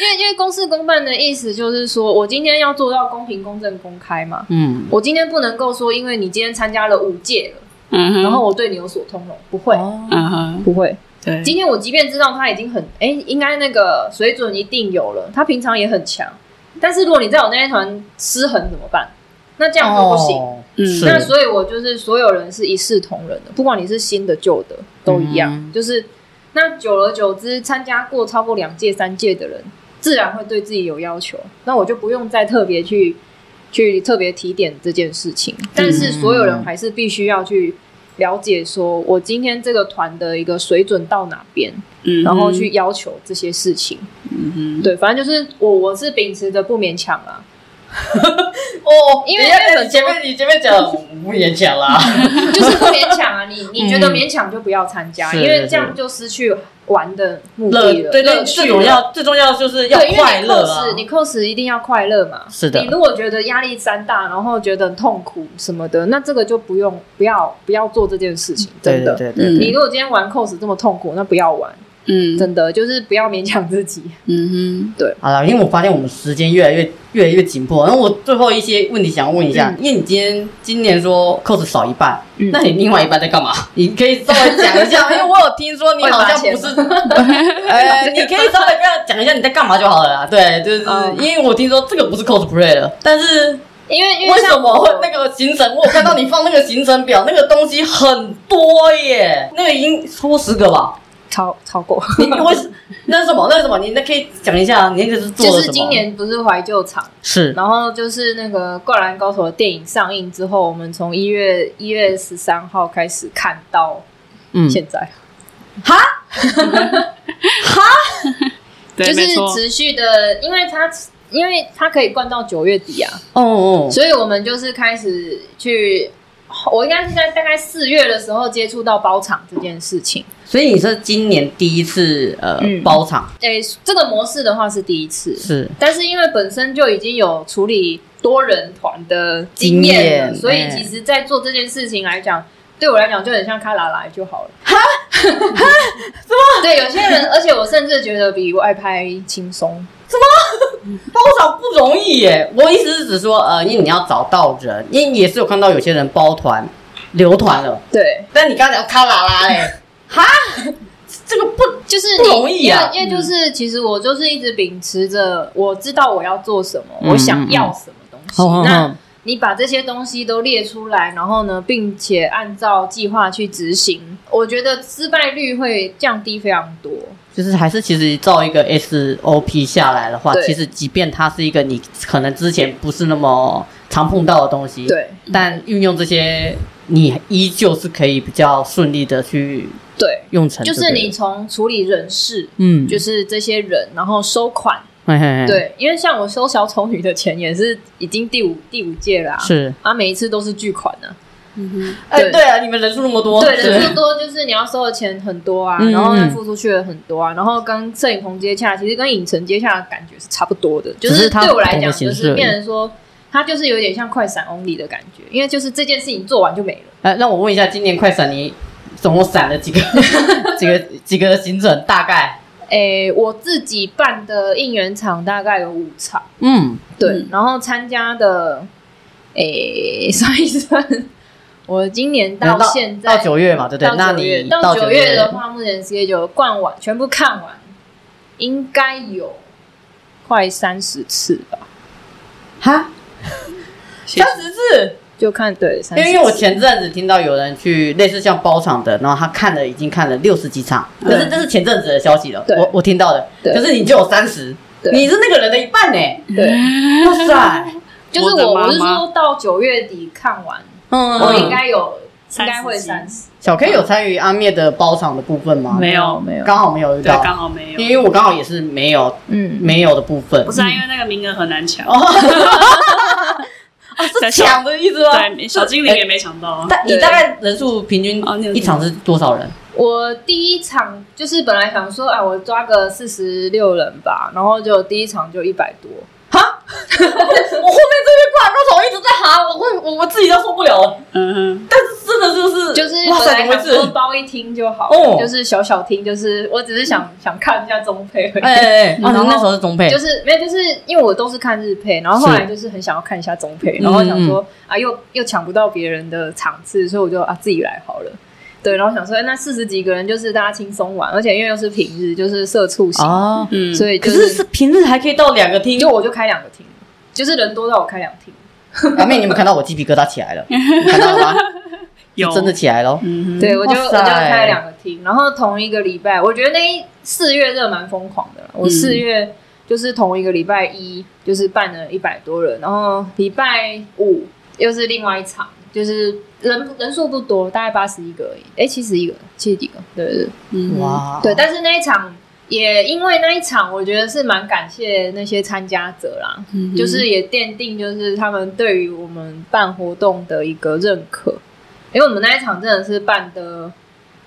Speaker 3: 因为因为公事公办的意思就是说我今天要做到公平、公正、公开嘛。
Speaker 2: 嗯，
Speaker 3: 我今天不能够说，因为你今天参加了五届了，
Speaker 1: 嗯哼，
Speaker 3: 然后我对你有所通融，不会，
Speaker 2: 哦，
Speaker 1: 嗯哼，
Speaker 3: 不会。
Speaker 1: 对，
Speaker 3: 今天我即便知道他已经很哎、应该那个水准一定有了，他平常也很强，但是如果你在我那一团失衡怎么办？那这
Speaker 2: 这
Speaker 3: 样就不行。
Speaker 1: 嗯
Speaker 2: 是
Speaker 3: 那所以，我就是所有人是一视同仁的，不管你是新的、旧的，都一样。
Speaker 2: 嗯
Speaker 3: 就是那久而久之，参加过超过两届、三届的人，自然会对自己有要求。那我就不用再特别去去特别提点这件事情。但是，所有人还是必须要去了解说，我今天这个团的一个水准到哪边，
Speaker 1: 嗯哼
Speaker 3: 然后去要求这些事情。
Speaker 1: 嗯哼，
Speaker 3: 对，反正就是我我是秉持着不勉强啦。
Speaker 2: 哦，
Speaker 3: 因为
Speaker 2: 等一下
Speaker 3: 因为
Speaker 2: 你前面你前面讲我不勉强啦，
Speaker 3: 就是不勉强啊，你你觉得勉强就不要参加，
Speaker 2: 嗯是
Speaker 3: 因为这样就失去玩的目
Speaker 2: 乐
Speaker 3: 的 了。
Speaker 2: 对
Speaker 3: 乐
Speaker 2: 对，
Speaker 3: 趣
Speaker 2: 最重
Speaker 3: 了
Speaker 2: 要最重要就是要
Speaker 3: 对，因为
Speaker 2: 快
Speaker 3: 你
Speaker 2: 乐啊
Speaker 3: cos，，你 cos 一定要快乐嘛。
Speaker 2: 是的
Speaker 3: 你如果觉得压力山大，然后觉得很痛苦什么的，那这个就不用不要不要做这件事情，
Speaker 2: 对
Speaker 3: 真的。
Speaker 2: 对对
Speaker 1: 嗯
Speaker 2: 对
Speaker 3: 你如果今天玩 cos 这么痛苦，那不要玩。
Speaker 1: 嗯
Speaker 3: 真的就是不要勉强自己。
Speaker 1: 嗯
Speaker 2: 好了，因为我发现我们时间越来越越来越紧迫，然后我最后一些问题想问一下，因为你今天今年说 cos 少一半，
Speaker 3: 嗯
Speaker 2: 那你另外一半在干嘛？ 你可以稍微讲一下， 因为我有听说你好像不是， 呃，你可以稍微跟他讲一下你在干嘛就好了啦。对，就是、
Speaker 1: 嗯
Speaker 2: 因为我听说这个不是 cosplay 了，但是
Speaker 3: 因为因
Speaker 2: 为什
Speaker 3: 像
Speaker 2: 么
Speaker 3: 我
Speaker 2: 会那个行程？我有看到你放那个行程表，那个东西很多耶，那个已经超过十个吧？
Speaker 3: 超超过，
Speaker 2: 你为什 那是什么？那是什么？你那可以讲一下，你那个是做了
Speaker 3: 就
Speaker 2: 什么？
Speaker 3: 是今年不是怀旧场，
Speaker 2: 是
Speaker 3: 然后就是那个《灌篮高手》的电影上映之后，我们从一月一月十三号开始看到
Speaker 2: 嗯
Speaker 3: 现在，
Speaker 1: 对，
Speaker 3: 就
Speaker 1: 没
Speaker 3: 是
Speaker 1: 错，
Speaker 3: 持续的，因为它因为它可以灌到九月底啊，
Speaker 2: 哦哦，
Speaker 3: 所以我们就是开始去，我应该是在大概四月的时候接触到包场这件事情。
Speaker 2: 所以你是今年第一次呃、
Speaker 3: 嗯
Speaker 2: 包场
Speaker 3: 诶、这个模式的话是第一次，
Speaker 2: 是
Speaker 3: 但是因为本身就已经有处理多人团的经验
Speaker 2: 经验哎
Speaker 3: 了，所以其实，在做这件事情来讲，对我来讲就很像卡拉来就好了。哈，对，有些人，而且我甚至觉得比外拍轻松。
Speaker 2: 包场不容易耶。我意思是指说呃，因为你要找到人，因为也是有看到有些人包团留团了，
Speaker 3: 对，
Speaker 2: 但你刚才讲卡啦啦嘞， 哈，这个不
Speaker 3: 就是
Speaker 2: 不
Speaker 3: 你
Speaker 2: 容易啊
Speaker 3: 因为因为就是、其实我就是一直秉持着我知道我要做什么，
Speaker 2: 嗯
Speaker 3: 我想要什么东西。
Speaker 2: 嗯嗯
Speaker 3: 那你把这些东西都列出来，然后呢，并且按照计划去执行，我觉得失败率会降低非常多。
Speaker 2: 就是还是其实照一个 SOP 下来的话，
Speaker 3: 对
Speaker 2: 其实即便它是一个你可能之前不是那么常碰到的东西，，
Speaker 3: 对
Speaker 2: 但运用这些，你依旧是可以比较顺利的去
Speaker 3: 对，
Speaker 2: 用成，
Speaker 3: 就是你从处理人事，
Speaker 2: 嗯，
Speaker 3: 就是是这些人，然后收款。
Speaker 2: 嘿嘿嘿，
Speaker 3: 对，因为像我收小丑女的钱也是已经第五第五届啦、啊，
Speaker 2: 是，
Speaker 3: 啊，每一次都是巨款啊呢、
Speaker 1: 嗯哼，
Speaker 2: 哎、
Speaker 3: 对
Speaker 2: 对啊，你们人数那么多，
Speaker 3: 对，
Speaker 2: 是
Speaker 3: 人数多就是你要收的钱很多啊，
Speaker 2: 嗯
Speaker 3: 然后要付出去的很多啊，然后跟摄影棚接洽，其实跟影城接洽的感觉是差不多的，就
Speaker 2: 只是它
Speaker 3: 对我来
Speaker 2: 不同
Speaker 3: 讲，
Speaker 2: 的
Speaker 3: 就
Speaker 2: 形式
Speaker 3: 是
Speaker 2: 而已
Speaker 3: 变成说，它就是有点像快闪 only 的感觉，因为就是这件事情做完就没了。
Speaker 2: 哎，让我问一下，今年快闪你总共闪了 几个几个几个行程？大概，
Speaker 3: 诶，我自己办的应援场大概有五场，
Speaker 2: 嗯，
Speaker 3: 对，
Speaker 1: 嗯
Speaker 3: 然后参加的，诶， 算一算，我今年到现在
Speaker 2: 到九月嘛，对不对？那
Speaker 3: 到九月
Speaker 2: 你，
Speaker 3: 到
Speaker 2: 九
Speaker 3: 九月的话，目前 C A 九逛完全部看完，应该有快三十次吧，
Speaker 2: 哈，
Speaker 1: 谢
Speaker 2: 三十次。
Speaker 3: 就看对三
Speaker 2: 因
Speaker 3: 十。
Speaker 2: 为因为我前阵子听到有人去类似像包场的，然后他看了已经看了六十几场，可是
Speaker 3: 对
Speaker 2: 这是前阵子的消息了，
Speaker 3: 对
Speaker 2: 我我听到的。
Speaker 3: 对
Speaker 2: 可是你就有三十，
Speaker 3: 对
Speaker 2: 你是那个人的一半呢、
Speaker 3: 对，
Speaker 2: 哇塞，
Speaker 3: 就是
Speaker 1: 嗯我的
Speaker 3: 我，
Speaker 1: 妈妈
Speaker 3: 我是说到九月底看完，
Speaker 2: 嗯
Speaker 3: 我应该有应
Speaker 1: 三十
Speaker 3: 该会
Speaker 1: 集
Speaker 3: 三十。
Speaker 2: 小 K 有参与阿灭的包场的部分吗？
Speaker 1: 没有
Speaker 3: 没有，
Speaker 2: 刚好没有遇
Speaker 1: 对，
Speaker 2: 到，
Speaker 1: 刚好没
Speaker 2: 嗯因
Speaker 1: 有，
Speaker 2: 为我刚好也是没有
Speaker 3: 嗯，
Speaker 2: 没有的部分
Speaker 1: 不。是啊，因为那个名额很难 抢，
Speaker 3: 哦
Speaker 2: 是抢的意思吗？
Speaker 1: 对，小精灵也没抢到啊，
Speaker 2: 大哎你大概人数平均
Speaker 1: 哦你有
Speaker 2: 一场是多少人？
Speaker 3: 我第一场就是本来想说啊，我抓个四十六人吧，然后就第一场就一百多。
Speaker 2: 我后面这边灌篮高手一直在喊，我会我我自己都受不了了。
Speaker 1: 嗯哼，
Speaker 2: 但是真的就是
Speaker 3: 就是
Speaker 2: 哇
Speaker 3: 本
Speaker 2: 塞，
Speaker 3: 来
Speaker 2: 怎么
Speaker 3: 想
Speaker 2: 回
Speaker 3: 说
Speaker 2: 事？
Speaker 3: 包一听就好，
Speaker 2: 哦
Speaker 3: 就是小小听，就是我只是想想看一下中配而已。
Speaker 2: 哎哎哎，
Speaker 3: 嗯
Speaker 2: 啊，
Speaker 3: 然
Speaker 2: 你
Speaker 3: 后
Speaker 2: 那时候是中配，
Speaker 3: 就是没有，就是因为我都是看日配，然后后来就是很想要看一下中配，然后想
Speaker 2: 嗯
Speaker 3: 说、啊，又又抢不到别人的场次，所以我就啊自己来好了。对，然后想说，哎那四十几个人就是大家轻松玩，而且因为又是平日，就是社畜型，
Speaker 2: 哦，
Speaker 1: 嗯，
Speaker 3: 所以
Speaker 2: 可
Speaker 3: 就是
Speaker 2: 是平日还可以到两个厅。
Speaker 3: 就我就开两个厅，就是人多到我开两厅。
Speaker 2: 阿啊妹，你们看到我鸡皮疙瘩起 来了，你看到了吗？
Speaker 1: 有
Speaker 2: 真的，起来了。
Speaker 1: 嗯哼，
Speaker 3: 对，我就
Speaker 2: 哇
Speaker 3: 我
Speaker 2: 塞
Speaker 3: 就开两个厅，然后同一个礼拜，我觉得那一四月真的蛮疯狂的啦。我
Speaker 1: 嗯
Speaker 3: 四月就是同一个礼拜一，就是办了一百多人，然后礼拜五又是另外一场，就是人人数不多，大概八十一个而已，哎、七十一个，七十几个，对对对
Speaker 1: 嗯哼，
Speaker 2: 哇，
Speaker 3: 对。但是那一场也因为那一场，我觉得是蛮感谢那些参加者啦，
Speaker 1: 嗯哼，
Speaker 3: 就是也奠定就是他们对于我们办活动的一个认可，因为我们那一场真的是办的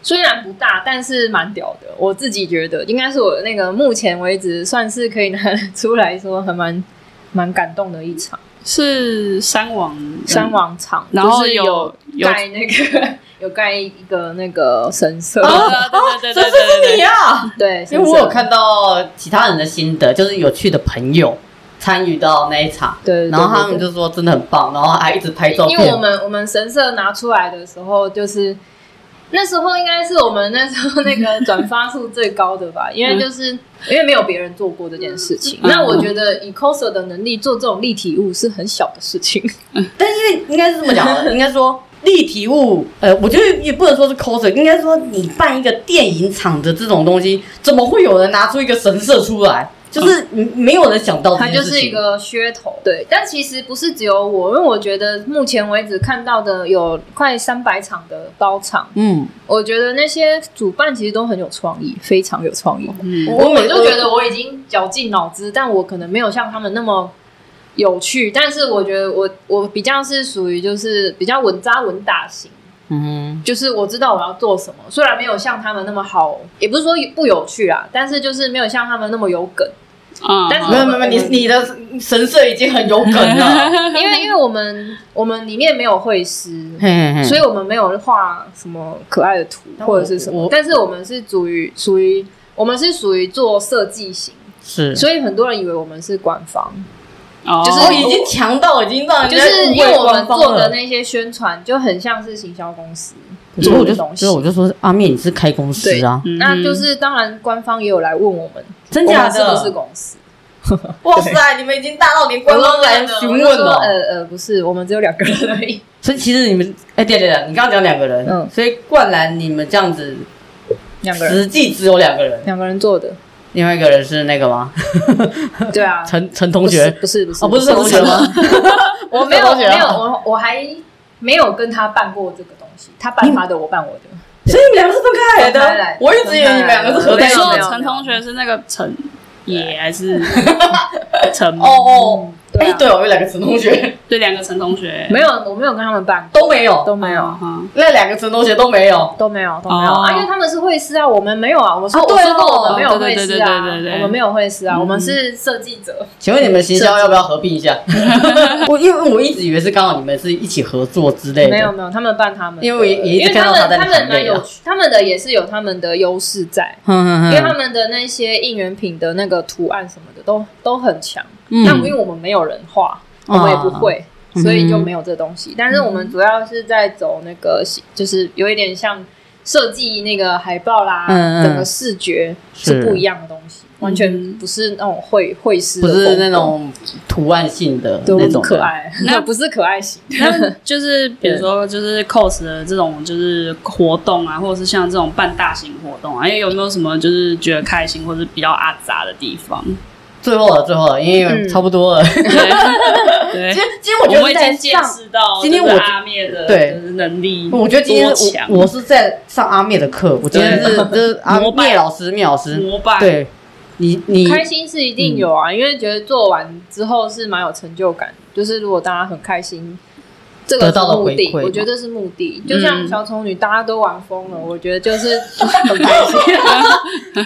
Speaker 3: 虽然不大，但是蛮屌的。我自己觉得应该是我那个目前为止算是可以拿 出来说还蛮蛮感动的
Speaker 2: 嗯
Speaker 3: 一场
Speaker 1: 是三网，
Speaker 3: 三网场，
Speaker 1: 然后
Speaker 3: 就是
Speaker 1: 有有
Speaker 3: 盖那个 有盖一个那个神社，
Speaker 1: 啊
Speaker 3: 哦
Speaker 1: 对对
Speaker 2: 这
Speaker 1: 对对
Speaker 2: 是
Speaker 1: 对对
Speaker 2: 你啊！
Speaker 3: 对，
Speaker 2: 哦因
Speaker 3: 神
Speaker 2: 为
Speaker 3: 社
Speaker 2: 我有，看到其他人的心得，就是有去的朋友参与到那一场，
Speaker 3: 对，对
Speaker 2: 然后他们。
Speaker 3: 对对
Speaker 2: 就说真的很棒，然后还一直拍照
Speaker 3: 因为我
Speaker 2: 片。
Speaker 3: 们我们神社拿出来的时候，就是那时候应该是我们那时候那个转发数最高的 吧，因为就是嗯因为没有别人做过这件事情。
Speaker 1: 嗯
Speaker 3: 那我觉得以 coser 的能力做这种立体物是很小的事情，
Speaker 2: 但是应该是这么讲的，应该说 立体物，呃，我觉得也不能说是 coser，应该说呃你办一个电影场的这种东西，怎么会有人拿出一个神社出来？就是你没有人想到这
Speaker 3: 啊它
Speaker 2: 件
Speaker 3: 就
Speaker 2: 事
Speaker 3: 是一
Speaker 2: 情
Speaker 3: 个噱头。对，但其实不是只有我，因为我觉得目前为止看到的有快三百场的包场，
Speaker 2: 嗯，
Speaker 3: 我觉得那些主办其实都很有创意，非常有创意。
Speaker 1: 嗯，
Speaker 3: 我
Speaker 2: 我
Speaker 3: 我
Speaker 2: 每
Speaker 3: 就觉得我已经绞尽脑汁，但我可能没有像他们那么有趣。但是我觉得我我比较是属于就是比较稳扎稳打型，
Speaker 2: 嗯
Speaker 3: 就是我知道我要做什么。虽然没有像他们那么好，也不是说不有趣啊，但是就是没有像他们那么有梗。
Speaker 1: 啊
Speaker 3: 但是
Speaker 2: 哼，没有没有，没有你你的神社已经很有梗 了，
Speaker 3: 因为因为我们我们里面没有会师，所
Speaker 2: 所
Speaker 3: 以我们没有画什么可爱的图
Speaker 2: 那我
Speaker 3: 或者是什么
Speaker 2: 我，
Speaker 3: 但是我们是属于属于我们是属于做设计型，
Speaker 2: 是
Speaker 3: 所以很多人以为我们是官方。
Speaker 1: 哦
Speaker 3: 就是
Speaker 2: 哦，已经强到已经让人
Speaker 3: 就
Speaker 2: 家
Speaker 3: 是
Speaker 2: 误
Speaker 3: 因为
Speaker 2: 会
Speaker 3: 我们
Speaker 2: 官方
Speaker 3: 做的
Speaker 2: 了。嗯
Speaker 3: 那些宣传，就很像是行销公司
Speaker 2: 所以
Speaker 3: 做
Speaker 2: 我
Speaker 3: 的
Speaker 2: 就
Speaker 3: 东西
Speaker 2: 所以。我就说阿面你是开公司啊，
Speaker 1: 嗯
Speaker 3: 那就是当然，官方也有来问我们，
Speaker 2: 真
Speaker 3: 我
Speaker 2: 假
Speaker 3: 们是
Speaker 2: 的？
Speaker 3: 不是公司？
Speaker 2: 哇塞，你们已经大到连官方来询
Speaker 3: 我
Speaker 2: 问哦
Speaker 3: 就说
Speaker 2: 了。
Speaker 3: 呃呃，不是，我们只有两个人而 已。
Speaker 2: 所以其实你们，哎，对对对，你刚刚讲两个人，
Speaker 3: 嗯
Speaker 2: 所以灌篮你们这样子
Speaker 3: 两个人，
Speaker 2: 实际只有两个人，
Speaker 3: 两个人 做的。
Speaker 2: 另外一个人是那个吗？
Speaker 3: 对啊，
Speaker 2: 陈陈
Speaker 3: 不
Speaker 2: 同
Speaker 3: 是
Speaker 2: 学
Speaker 3: 不是不是，
Speaker 2: 哦，不是陈同学吗？
Speaker 3: 我没有
Speaker 2: 不是同学
Speaker 3: 没有，
Speaker 2: 啊
Speaker 3: 我我还没有跟他办过这个东西，他办他的，我办我的。
Speaker 2: 所以你们两个是分开来
Speaker 3: 分开
Speaker 2: 的
Speaker 3: 来。
Speaker 2: 我一直以为你们两个是合在
Speaker 1: 你
Speaker 2: 一起
Speaker 1: 说
Speaker 3: 没有没有
Speaker 2: 的。
Speaker 1: 陈同学是那个陈野还 是陈？
Speaker 2: 哦哦，
Speaker 3: 对
Speaker 2: 哎，
Speaker 3: 啊
Speaker 2: 对哦，有两个陈同 学
Speaker 1: 对，两个陈同学嗯
Speaker 3: 没有，我没有跟他们办，
Speaker 2: 都没有，哎
Speaker 3: 都没有，
Speaker 1: 哈，
Speaker 2: 那两个陈同学都没有。
Speaker 3: 都没有，都没有
Speaker 1: 哦
Speaker 3: 啊，因为他们是会师啊，我们没有啊。我说、
Speaker 2: 啊对哦
Speaker 3: 我说过我们没有会师
Speaker 1: 对
Speaker 3: 啊，
Speaker 1: 对对对对对
Speaker 3: 我们没有会师啊，
Speaker 1: 嗯
Speaker 3: 我们是设计者。
Speaker 2: 请问你们行销要不要合并一 下？我因为我一直以为是刚好你们是一起合作之类的。
Speaker 3: 没有没有，他们办他们的，
Speaker 2: 因为我也也一
Speaker 3: 因
Speaker 2: 直
Speaker 3: 为
Speaker 2: 看
Speaker 3: 他
Speaker 2: 到
Speaker 3: 们
Speaker 2: 他在啊
Speaker 3: 他
Speaker 2: 谈
Speaker 3: 们蛮
Speaker 2: 恋爱
Speaker 3: 有。趣，他们的也是有他们的优势在。
Speaker 2: 嗯
Speaker 3: 因为他们的那些应援品的那个图案什么的都都很强，
Speaker 2: 嗯啊
Speaker 3: 那、因为我们没有人画，我们也不会，
Speaker 2: 嗯
Speaker 3: 所以就没有这东西。但是我们主要是在走那个，就是有一点像设计那个海报啦，
Speaker 2: 嗯嗯
Speaker 3: 整个视觉
Speaker 2: 是
Speaker 3: 是不一样的东西，完全不是那种绘绘师的
Speaker 2: 不
Speaker 3: 风格，
Speaker 2: 是那种图案性的
Speaker 3: 对
Speaker 2: 那
Speaker 3: 我
Speaker 2: 种
Speaker 3: 们
Speaker 2: 的
Speaker 3: 可，爱， 那不是可爱型。
Speaker 1: 那 就是比如说就是 cos 的这种就是活动啊，或者是像这种办大型活动啊，因为有没有什么就是觉得开心或者比较阿杂的地 方？
Speaker 2: 最后了，最后了，因为
Speaker 3: 嗯
Speaker 2: 差不 多了。其
Speaker 1: 对，对
Speaker 2: 实，其实我觉
Speaker 1: 我
Speaker 2: 得
Speaker 1: 们已
Speaker 2: 在
Speaker 1: 经见
Speaker 2: 上，
Speaker 1: 识到
Speaker 2: 今天
Speaker 1: 就是
Speaker 2: 我
Speaker 1: 阿灭的
Speaker 2: 对
Speaker 1: 就是能力，
Speaker 2: 我觉得今天
Speaker 1: 多强
Speaker 2: 我我是在上阿灭的课，我今天是就是阿
Speaker 1: 膜拜
Speaker 2: 灭老师，灭老师，
Speaker 1: 膜拜，
Speaker 2: 对你你
Speaker 3: 开心是一定有
Speaker 2: 嗯
Speaker 3: 啊，因为觉得做完之后是蛮有成就感的。就是如果大家很开心，这个
Speaker 2: 得
Speaker 3: 是
Speaker 2: 到了
Speaker 3: 目
Speaker 2: 回
Speaker 3: 的，
Speaker 2: 馈
Speaker 3: 我觉得是目的。就像
Speaker 1: 嗯
Speaker 3: 小丑女，大家都玩疯
Speaker 2: 嗯
Speaker 3: 了，我觉得就是很开心，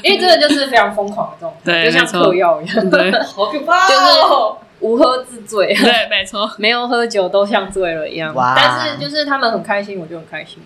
Speaker 3: 因为这个就是非常疯狂的这种，
Speaker 1: 对
Speaker 3: 就像
Speaker 1: 没错
Speaker 3: 嗑药一样，
Speaker 1: 对
Speaker 2: 好可
Speaker 3: 哦
Speaker 2: 怕
Speaker 3: 就是无喝自醉，
Speaker 1: 对，没错，
Speaker 3: 没有喝酒都像醉了一样。
Speaker 2: 哇
Speaker 3: 但是就是他们很开心，我就很开心。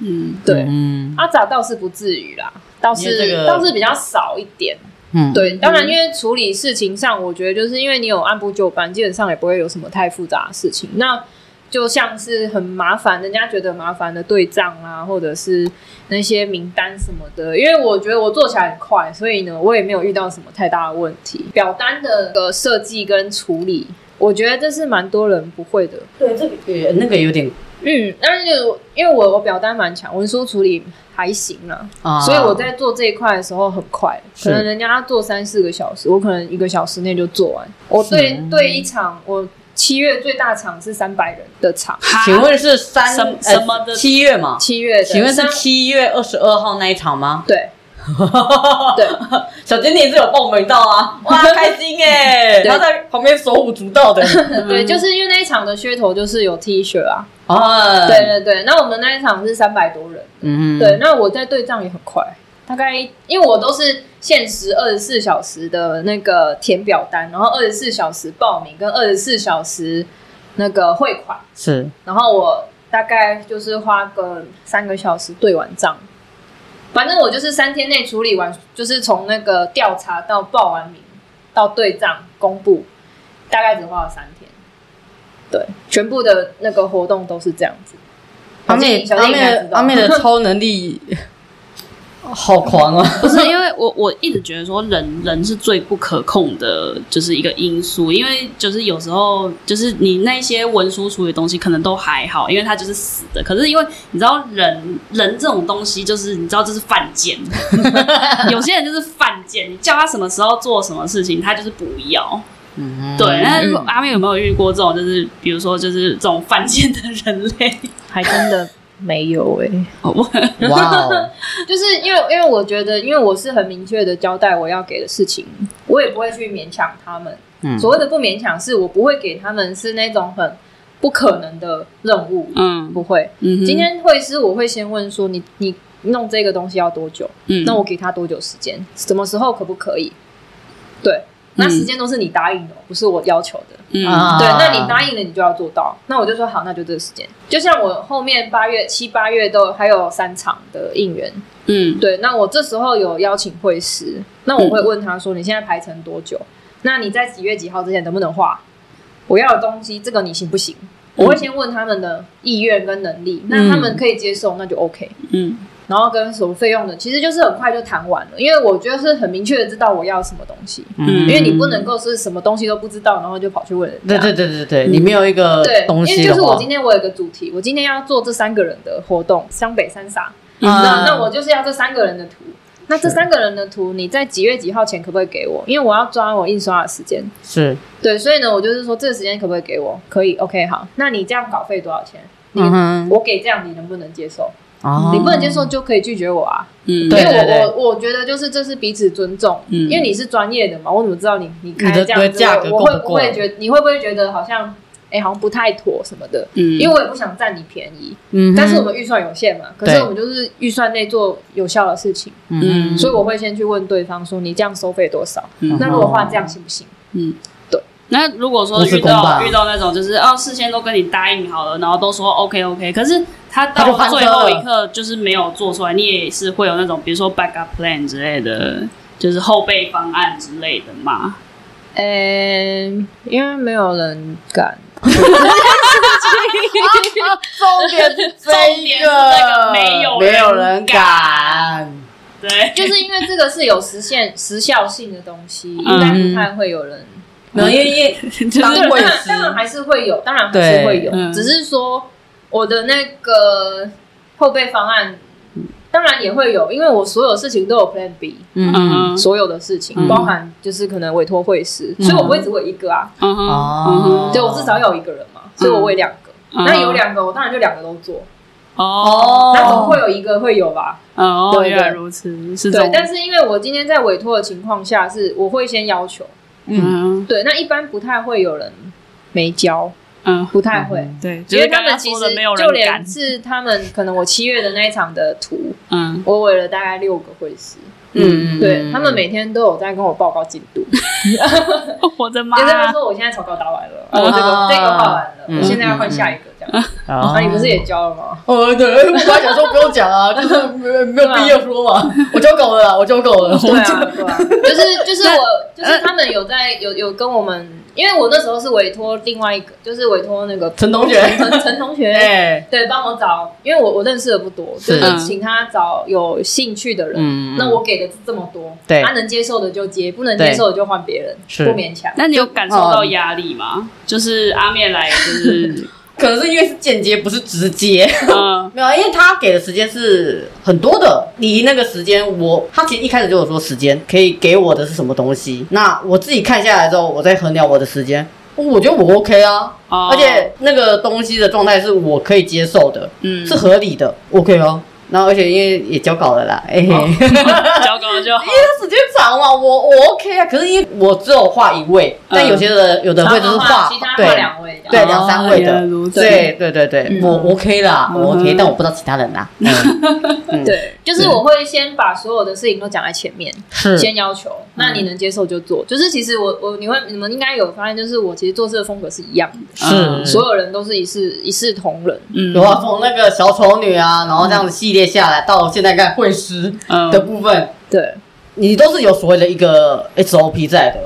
Speaker 1: 嗯，
Speaker 3: 对，
Speaker 2: 嗯
Speaker 3: 阿杂倒是不至于啦，倒
Speaker 2: 因为这
Speaker 3: 是
Speaker 2: 个
Speaker 3: 倒是比较少一点。
Speaker 2: 嗯，
Speaker 3: 对，当然，因为处理事情上，我觉得就是因为你有按部就班，基本上也不会有什么太复杂的事情。那就像是很麻烦，人家觉得麻烦的对账啊，或者是那些名单什么的。因为我觉得我做起来很快，所以呢，我也没有遇到什么太大的问题。表单的呃设计跟处理，我觉得这是蛮多人不会的。
Speaker 2: 对这个也那个有点
Speaker 3: 嗯，但是我因为我我表单蛮强，文书处理还行啦、
Speaker 2: 啊，
Speaker 3: 所以我在做这一块的时候很快，
Speaker 2: 是
Speaker 3: 可能人家做三四个小时，我可能一个小时内就做完。我对
Speaker 2: 嗯
Speaker 3: 对一场，我七月最大场是三百人的场，
Speaker 2: 请问是三
Speaker 1: 什
Speaker 2: 呃
Speaker 1: 什么的
Speaker 2: 七月嘛？
Speaker 3: 七月的
Speaker 2: 请问是
Speaker 3: 三
Speaker 2: 七月二十二号那一场 吗？
Speaker 3: 对 对，
Speaker 2: 小精灵是有报名到啊，哇， 开心哎！
Speaker 3: 对
Speaker 2: 他在旁边手舞足蹈的，嗯
Speaker 3: 对，就是因为那一场的噱头就是有 T 恤啊，
Speaker 2: 哦，
Speaker 3: 对，对对。那我们那一场是三百多人，
Speaker 2: 嗯，
Speaker 3: 对，，那我在对账也很快。大概，因为我都是限时二十四小时的那个填表单，然后二十四小时报名跟二十四小时那个汇款，
Speaker 2: 是
Speaker 3: 然后我大概就是花个三个小时对完账。反正我就是三天内处理完，就是从那个调查到报完名到对账公布，大概只花了三天。对，全部的那个活动都是这样子。
Speaker 2: 阿妹
Speaker 3: 小
Speaker 2: 阿
Speaker 3: 弟应该
Speaker 2: 妹
Speaker 3: 知道
Speaker 2: 阿妹的超能力 好狂啊！
Speaker 1: 不是因为我我一直觉得说人人是最不可控的，就是一个因素，因为就是有时候就是你那些文书处理的东西可能都还好，因为它就是死的。可是因为你知道人人这种东西就是你知道这是犯贱， 有些人就是犯贱，你叫他什么时候做什么事情，他就是不要。对，那
Speaker 3: 嗯
Speaker 1: 阿妹有没有遇过这种，就是比如说就是这种犯贱的人类？
Speaker 3: 还真的没有哎、
Speaker 1: 哦我
Speaker 2: 嗯哇哦，
Speaker 3: 就是因为因为我觉得，因为我是很明确的交代我要给的事情，我也不会去勉强他们。
Speaker 2: 嗯
Speaker 3: 所谓的不勉强，是我不会给他们是那种很不可能的任务，
Speaker 1: 嗯
Speaker 3: 不会。
Speaker 1: 嗯哼，
Speaker 3: 今天会师我会先问说你你弄这个东西要多久？
Speaker 1: 嗯
Speaker 3: 那我给他多久时间？什么时候可不可以？对，那时间都是你答应的，不是我要求的。
Speaker 1: 嗯
Speaker 2: 啊
Speaker 3: 对，那你答应了，你就要做到。那我就说好，那就这个时间。就像我后面八月、七八月都还有三场的应援，
Speaker 1: 嗯
Speaker 3: 对，那我这时候有邀请会师，那我会问他说：“你现在排程多久？那你在几月几号之前能不能画？我要的东西，这个你行不行？”我
Speaker 2: 嗯
Speaker 3: 会先问他们的意愿跟能力，那他们可以接受，那就 OK。
Speaker 1: 嗯
Speaker 3: 然后跟什么费用的，其实就是很快就谈完了，因为我觉得是很明确的知道我要什么东西，
Speaker 1: 嗯
Speaker 3: 因为你不能够是什么东西都不知道，然后就跑去问人家。
Speaker 2: 对对对对嗯对，你没有一个
Speaker 3: 对，
Speaker 2: 东
Speaker 3: 因为
Speaker 2: 西
Speaker 3: 就
Speaker 2: 的
Speaker 3: 是我
Speaker 2: 话
Speaker 3: 今，天我有个主题，我今天要做这三个人的活动，湘北三傻。那
Speaker 2: 啊那
Speaker 3: 那我就是要这三个人的图。那这三个人的图，你在几月几号前可不可以给我？因为我要抓我印刷的时间。
Speaker 2: 是
Speaker 3: 对，所以呢，我就是说这个时间可不可以给我？可以，OK，好。那你这样稿费多少钱？你、
Speaker 2: 嗯哼
Speaker 3: 我给这样，你能不能接受？
Speaker 2: 啊
Speaker 3: 你不能接受就可以拒绝我啊。
Speaker 1: 嗯，
Speaker 2: 对
Speaker 3: 因为我
Speaker 2: 对
Speaker 3: 我我觉得就是这是彼此尊重，
Speaker 1: 嗯
Speaker 3: 因为你是专业的嘛，我怎么知道你你开
Speaker 2: 你的
Speaker 3: 这样子，
Speaker 2: 价格
Speaker 3: 我
Speaker 2: 够
Speaker 3: 会
Speaker 2: 不
Speaker 3: 不
Speaker 2: 够
Speaker 3: 会觉你会不会觉得好像哎、好像不太妥什么的？
Speaker 1: 嗯
Speaker 3: 因为我也不想占你便宜，
Speaker 2: 嗯哼
Speaker 3: 但是我们预算有限嘛，可是
Speaker 2: 对
Speaker 3: 我们就是预算内做有效的事情，
Speaker 2: 嗯
Speaker 1: 嗯
Speaker 3: 所以我会先去问对方说你这样收费多少，
Speaker 1: 嗯
Speaker 3: 那如果画这样行不行？
Speaker 1: 嗯，
Speaker 3: 对。
Speaker 1: 那如果说
Speaker 2: 不是
Speaker 1: 遇
Speaker 2: 公
Speaker 1: 到
Speaker 2: 办
Speaker 1: 遇到那种就是哦，事先都跟你答应好了，然后都说 OK
Speaker 3: 嗯
Speaker 1: OK，可是他到
Speaker 2: 他就翻车
Speaker 1: 最后一
Speaker 2: 了
Speaker 1: 刻就是没有做出来，你也是会有那种比如说 backup plan 之类的，就是后备方案之类的嘛。
Speaker 3: 嗯，因为没有人敢，
Speaker 1: 重
Speaker 2: 重点是
Speaker 1: 点是那个没有人
Speaker 2: 没有人敢，
Speaker 1: 对，
Speaker 3: 就是因为这个是有时限时效性的东西，
Speaker 1: 嗯
Speaker 3: 应该不太会有人。
Speaker 2: 没有因为因为
Speaker 1: 就是
Speaker 2: 当
Speaker 3: 对，
Speaker 2: 嗯会
Speaker 3: 当然
Speaker 2: 师
Speaker 3: 当然还是会有，当然还是会
Speaker 1: 对
Speaker 3: 有
Speaker 1: 嗯，
Speaker 3: 只是说我的那个后备方案，当然也会有，因为我所有事情都有 Plan B。
Speaker 2: 嗯
Speaker 1: 嗯
Speaker 3: 所有的事情，
Speaker 1: 嗯
Speaker 3: 包含就是可能委托会师，
Speaker 2: 嗯
Speaker 3: 所以我不会只会一个啊，
Speaker 1: 嗯哼嗯
Speaker 2: 哦
Speaker 1: 哼
Speaker 3: 对我至少要有一个人嘛，所以我会两个。
Speaker 1: 嗯
Speaker 3: 那有两个，我当然就两个都做，
Speaker 1: 哦
Speaker 3: 那总会有一个会有吧？
Speaker 1: 哦，
Speaker 3: 对
Speaker 1: 原来
Speaker 3: 对
Speaker 1: 如此，是这
Speaker 3: 对
Speaker 1: 种，
Speaker 3: 但是因为我今天在委托的情况下，是我会先要求，
Speaker 2: 嗯
Speaker 1: 嗯
Speaker 3: 对，那一般不太会有人没交，
Speaker 1: 嗯，
Speaker 3: 不太会。
Speaker 1: 对，就
Speaker 3: 因
Speaker 1: 是
Speaker 3: 为他
Speaker 1: 刚
Speaker 3: 们
Speaker 1: 刚
Speaker 3: 其
Speaker 1: 说
Speaker 3: 实
Speaker 1: 的没有
Speaker 3: 就
Speaker 1: 人敢
Speaker 3: 连，是他们可能我七月的那一场的图，
Speaker 1: 嗯
Speaker 3: 我委了大概六个会师，
Speaker 2: 嗯
Speaker 3: 对他们每天都有在跟我报告进度，
Speaker 1: 我的妈
Speaker 3: 就是他
Speaker 1: 呀，
Speaker 3: 说我现在草稿打完了，
Speaker 1: 啊嗯
Speaker 3: 我这个
Speaker 2: 啊
Speaker 3: 这个画完了，
Speaker 2: 嗯
Speaker 3: 我现在要换下一个这样。
Speaker 2: 啊
Speaker 3: 啊，你不是也交了吗？
Speaker 2: 呃对，哎我本来想说不用讲啊，就是没有没有必要说嘛，我交狗了啦，我交狗了，
Speaker 3: 对
Speaker 2: 我
Speaker 3: 啊，对啊，就是就是我就是他们有在有有跟我们，因为我那时候是委托另外一个，就是委托那个
Speaker 2: 陈同学
Speaker 3: 陈陈同 学。
Speaker 2: 哎，
Speaker 3: 对，帮我找，因为我我认识的不多，就是是请他找有兴趣的人。
Speaker 2: 嗯
Speaker 3: 那我给的这么多，
Speaker 2: 对
Speaker 3: 他能接受的就接，不能接受的就换别人，
Speaker 2: 是
Speaker 3: 不勉强。
Speaker 1: 那你有感受
Speaker 3: 哦
Speaker 1: 到压力吗？就是阿面来， 就是
Speaker 2: 可能是因为是间接，不是直接。
Speaker 1: 嗯
Speaker 2: 没有，因为他给的时间是很多的。你那个时间，我他其实一开始就有说时间可以给我的是什么东西。那我自己看下来之后，我再衡量我的时间，我觉得我 OK 啊，
Speaker 1: 哦
Speaker 2: 而且那个东西的状态是我可以接受的，
Speaker 1: 嗯
Speaker 2: 是合理的，OK 啊。然后而且因为也交稿了 啦，哎、嘿。
Speaker 1: 交稿就好。
Speaker 2: 因为时间长嘛，我我 OK 啊。可是因为我只有画一位，但有些的有的会就是画
Speaker 3: 嗯其他画
Speaker 2: 对
Speaker 3: 两位这样，
Speaker 2: 对
Speaker 1: 哦
Speaker 2: 两三位
Speaker 1: 原来
Speaker 2: 的
Speaker 1: 如，此
Speaker 2: 对对对对，
Speaker 3: 嗯
Speaker 2: 我我 OK 啦，我
Speaker 1: 嗯
Speaker 2: OK，
Speaker 1: 哼
Speaker 2: 但我不知道其他人啦。 嗯嗯
Speaker 3: 对，就是我会先把所有的事情都讲在前面，
Speaker 2: 是嗯
Speaker 3: 先要求，那你能接受就做。就是其实我我你会你们应该有发现，就是我其实做事的风格是一样的，
Speaker 1: 嗯
Speaker 2: 是
Speaker 3: 所。有人都是一视一视同仁。
Speaker 1: 嗯
Speaker 2: 有啊，从那个小丑女啊，然后这样子系列下来，到现在看会师
Speaker 1: 嗯
Speaker 2: 的部分，
Speaker 3: 对
Speaker 2: 你都是有所谓的一个 SOP 在的。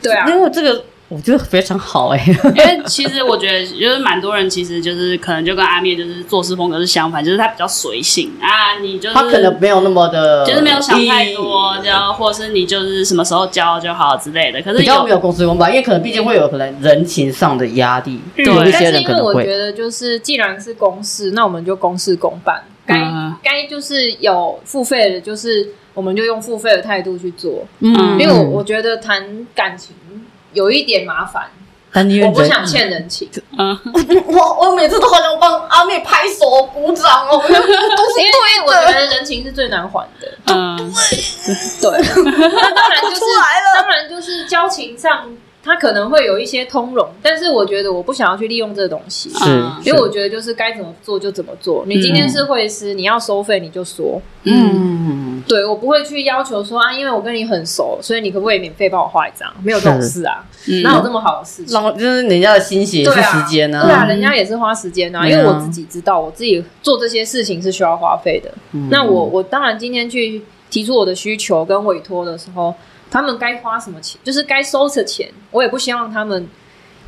Speaker 3: 对啊，
Speaker 2: 因为这个我觉得非常好哎、
Speaker 1: 因为其实我觉得，就是蛮多人其实就是可能就跟阿面就是做事风格是相反，就是他比较随性啊，你就是
Speaker 2: 他可能没有那么的，
Speaker 1: 就是没有想太多，然后或是你就是什么时候交就好之类的。可是
Speaker 2: 比较
Speaker 1: 有
Speaker 2: 没有公司文化，因为可能毕竟会有可能人情上的压力，
Speaker 1: 对
Speaker 2: 有一
Speaker 3: 但
Speaker 2: 些
Speaker 3: 是
Speaker 2: 人
Speaker 3: 因
Speaker 2: 可
Speaker 3: 为
Speaker 2: 能
Speaker 3: 我
Speaker 2: 会
Speaker 3: 觉得，就是既然是公事，那我们就公事公办，该
Speaker 1: 嗯
Speaker 3: 该就是有付费的，就是我们就用付费的态度去做。
Speaker 1: 嗯
Speaker 3: 因为我我觉得谈感情有一点麻烦，
Speaker 2: 但因为
Speaker 3: 我不
Speaker 2: 人
Speaker 3: 想欠 人情，
Speaker 1: 嗯，
Speaker 2: 我我每次都好想帮阿妹拍手鼓掌哦，我觉得
Speaker 3: 因为我觉得人情是最难还的。
Speaker 1: 嗯，
Speaker 3: 对，那当然就是
Speaker 2: 出来了
Speaker 3: 当然就是交情上，他可能会有一些通融，但是我觉得我不想要去利用这个东西。
Speaker 1: 嗯
Speaker 2: 是，
Speaker 3: 因为我觉得就是该怎么做就怎么做。你今天是会师，你要收费你就说。
Speaker 2: 嗯，
Speaker 3: 对我不会去要求说啊，因为我跟你很熟，所以你可不可以免费帮我画一张？没有这种
Speaker 2: 是
Speaker 3: 事啊，
Speaker 1: 嗯
Speaker 3: 哪有这么好的事情？
Speaker 2: 让我就是人家的心血
Speaker 3: 对
Speaker 2: 是
Speaker 3: 啊，
Speaker 2: 时间
Speaker 3: 对啊，
Speaker 2: 呢，
Speaker 3: 人家也是花时间啊，
Speaker 2: 嗯对啊
Speaker 3: 因为我自己知道，我自己做这些事情是需要花费的。
Speaker 2: 嗯
Speaker 3: 那我我当然今天去提出我的需求跟委托的时候，他们该花什么钱，就是该收的钱，我也不希望他们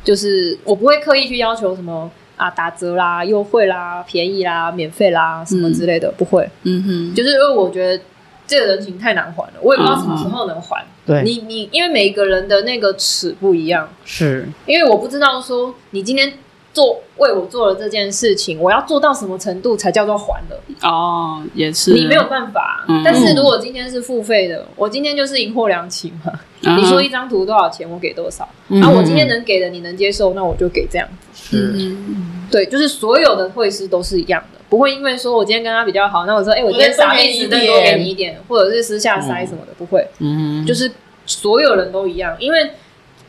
Speaker 3: 就是我不会刻意去要求什么啊打折啦、优惠啦、便宜啦、免费啦什么之类的，不会，
Speaker 1: 嗯哼，
Speaker 3: 就是因为我觉得。这个人情太难还了，我也不知道什么时候能还。
Speaker 2: 对
Speaker 3: 你你，因为每一个人的那个尺不一样，
Speaker 2: 是
Speaker 3: 因为我不知道说你今天做为我做了这件事情，我要做到什么程度才叫做还了，
Speaker 1: 哦，也是
Speaker 3: 你没有办法。
Speaker 1: 嗯
Speaker 3: 但是如果今天是付费的，我今天就是赢货两清嘛。
Speaker 1: 嗯
Speaker 3: 你说一张图多少钱，我给多少。
Speaker 2: 嗯
Speaker 3: 然后我今天能给的你能接受，那我就给这样子。
Speaker 2: 是，
Speaker 3: 对，就是所有的会师都是一样的，不会因为说我今天跟他比较好，那我说哎、我今天傻妹子再多给你一点，或者是私下塞什么的，不会。
Speaker 2: 嗯，
Speaker 3: 就是所有人都一样，因为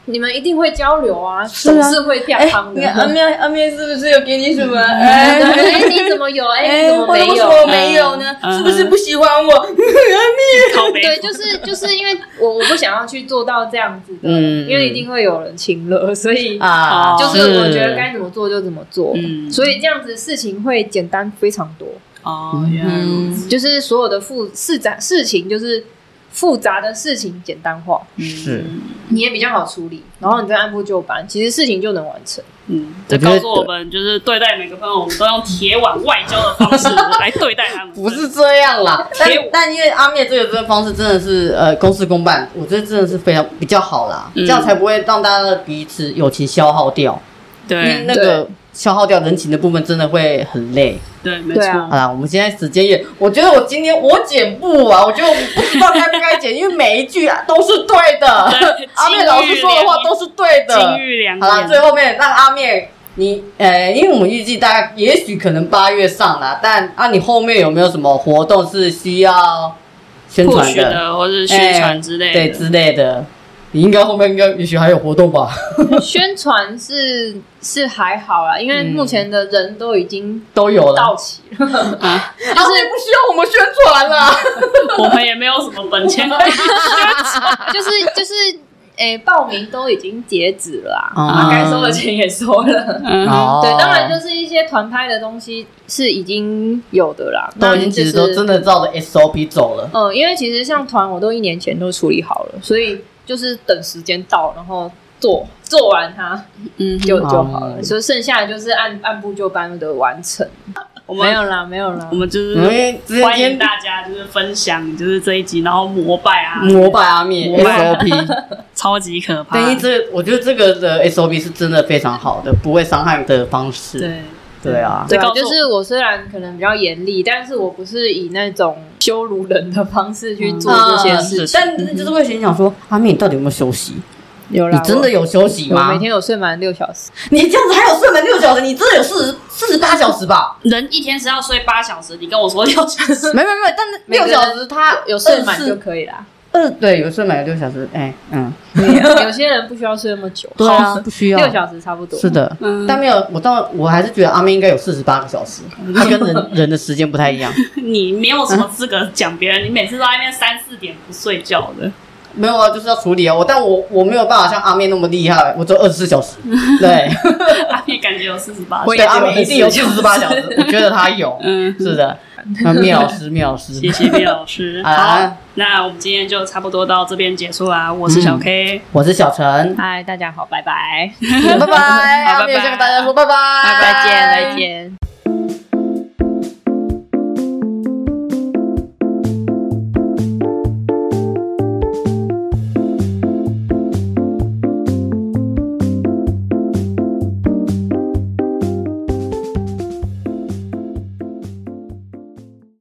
Speaker 3: 你们一定会交流啊，
Speaker 2: 啊
Speaker 3: 总是会掉汤的。
Speaker 2: 妹哎阿妹是不是有给你什么？
Speaker 3: 哎、
Speaker 2: 哎
Speaker 3: 你怎么有？哎、你怎么没有？嗯
Speaker 1: 没有呢嗯是不是
Speaker 2: 不喜欢我？
Speaker 1: 靠背
Speaker 3: 对，
Speaker 2: 嗯
Speaker 3: 就是就是因为我我不想要去做到这样子的，
Speaker 2: 嗯
Speaker 3: 因为一定会有人请了，所以
Speaker 2: 啊，
Speaker 3: 就是我觉得该怎么做就怎么做，
Speaker 1: 嗯
Speaker 3: 所以这样子事情会简单非常多，
Speaker 1: 哦，原来如此，
Speaker 3: 就是所有的复事杂事情就是复杂的事情简单化，
Speaker 2: 是
Speaker 3: 你也比较好处理，然后你再按部就班，其实事情就能完 成。
Speaker 1: 嗯，这告诉我们就是对待每个朋友，我们都用铁腕外交的方式来对待他们，
Speaker 2: 不是这样啦，但
Speaker 1: 铁
Speaker 2: 但因为阿面这个这个方式真的是呃公事公办，我觉得真的是非常比较好啦，
Speaker 1: 嗯
Speaker 2: 这样才不会让大家的彼此友情消耗掉，因为
Speaker 1: 对
Speaker 2: 那个消耗掉人情的部分真的会很累。
Speaker 1: 对，没
Speaker 3: 对啊
Speaker 1: 错
Speaker 2: 好，啦，我们现在时间也，我觉得我今天我剪不完，我觉得我不知道该不该剪，因为每一句啊都是对的
Speaker 1: 对，
Speaker 2: 阿面老师说的话都是对的，
Speaker 1: 金玉良
Speaker 2: 好啦，
Speaker 1: 言，
Speaker 2: 最后面让阿面你呃，因为我们预计大概也许可能八月上啦，但啊，你后面有没有什么活动是需要宣
Speaker 1: 获
Speaker 2: 传
Speaker 1: 取的或是宣传之类
Speaker 2: 哎
Speaker 1: 的，
Speaker 2: 对之类的？你应该后面应该也许还有活动吧？
Speaker 3: 宣传是是还好啦，因为目前的人都已经
Speaker 2: 都有
Speaker 3: 到
Speaker 2: 了，
Speaker 3: 齐了，
Speaker 1: 啊，
Speaker 2: 阿面不需要我们宣传啦。
Speaker 1: 我们也没有什么本 钱可以
Speaker 3: 就是就是诶、报名都已经截止了 啊，
Speaker 2: 哦
Speaker 3: 啊该收的钱也收了。
Speaker 1: 嗯
Speaker 3: 对，当然就是一些团拍的东西是已经有的啦，
Speaker 2: 都已经其实都真
Speaker 3: 的。
Speaker 2: 的照着 SOP 走了。
Speaker 3: 嗯，因为其实像团我都一年前都处理好了，所以就是等时间到，然后做做完它
Speaker 1: 嗯，
Speaker 3: 就
Speaker 2: 嗯
Speaker 3: 就好了，
Speaker 2: 嗯
Speaker 3: 所以剩下的就是按按部就班的完成。
Speaker 1: 我
Speaker 3: 没
Speaker 1: 们
Speaker 3: 有啦，没有啦
Speaker 2: 嗯
Speaker 1: 我，们就是
Speaker 3: 嗯
Speaker 2: 因为之
Speaker 1: 欢迎
Speaker 2: 前
Speaker 1: 大家就是分享就是这一集，然后膜拜啊，
Speaker 2: 膜拜阿面
Speaker 1: 膜拜
Speaker 2: SOP。
Speaker 1: 超级可怕，
Speaker 2: 但嗯一这我觉得这个的 SOP 是真的非常好的，不会伤害的方式。
Speaker 1: 对，
Speaker 2: 对啊，
Speaker 3: 对
Speaker 1: 这
Speaker 3: 啊，
Speaker 1: 告诉
Speaker 3: 就是我虽然可能比较严厉，但是我不是以那种羞
Speaker 2: 嗯啊
Speaker 3: 辱人的方式去做这些事情。
Speaker 2: 但就是会心想说，阿面你到底有没有休息？
Speaker 3: 有啦，
Speaker 2: 你真的有休息
Speaker 3: 我
Speaker 2: 吗？
Speaker 3: 每天有睡满六小时，
Speaker 2: 你这样子还有睡满六小时，你真的有四十四十八小时吧？
Speaker 1: 人一天是要睡八小时，你跟我说六小时，
Speaker 2: 没有没有没有，但是
Speaker 3: 每个
Speaker 2: 六
Speaker 3: 人
Speaker 2: 小时他
Speaker 3: 有睡满就
Speaker 2: 24
Speaker 3: 可以啦。
Speaker 2: 二对有睡满有六小时，哎嗯，
Speaker 3: 有些人不需要睡那么久，
Speaker 2: 对啊，
Speaker 3: 好
Speaker 2: 不需要
Speaker 3: 六小时差不多。，
Speaker 2: 是，的，
Speaker 1: 嗯
Speaker 2: 但没有我到我还是觉得阿妹应该有四十八个小 时，她跟人人的时间不太一样。
Speaker 1: 你没有什
Speaker 2: 嗯
Speaker 1: 么资格讲别人，你每次都在那边三四点不睡觉 的，
Speaker 2: 没有啊，就是要处理啊，我但我我没有办法像阿妹那么厉害，我只有二十四小 时，对，
Speaker 1: 阿妹感觉有四十八。
Speaker 2: 对阿妹一定有四十八小时，我觉得她 有，
Speaker 1: 嗯，
Speaker 2: 是的，啊缪老师缪老师，
Speaker 1: 谢谢毕老 师。好
Speaker 2: 啊，
Speaker 1: 那我们今天就差不多到这边结束啦。我是
Speaker 2: 嗯
Speaker 1: 小 K，
Speaker 2: 我是小陈
Speaker 3: 嗨，大家好，拜拜，
Speaker 2: 拜拜，
Speaker 1: 好
Speaker 2: 阿妹
Speaker 1: 拜拜
Speaker 2: 先跟大家说拜拜，
Speaker 1: 拜拜
Speaker 3: 再见，再见。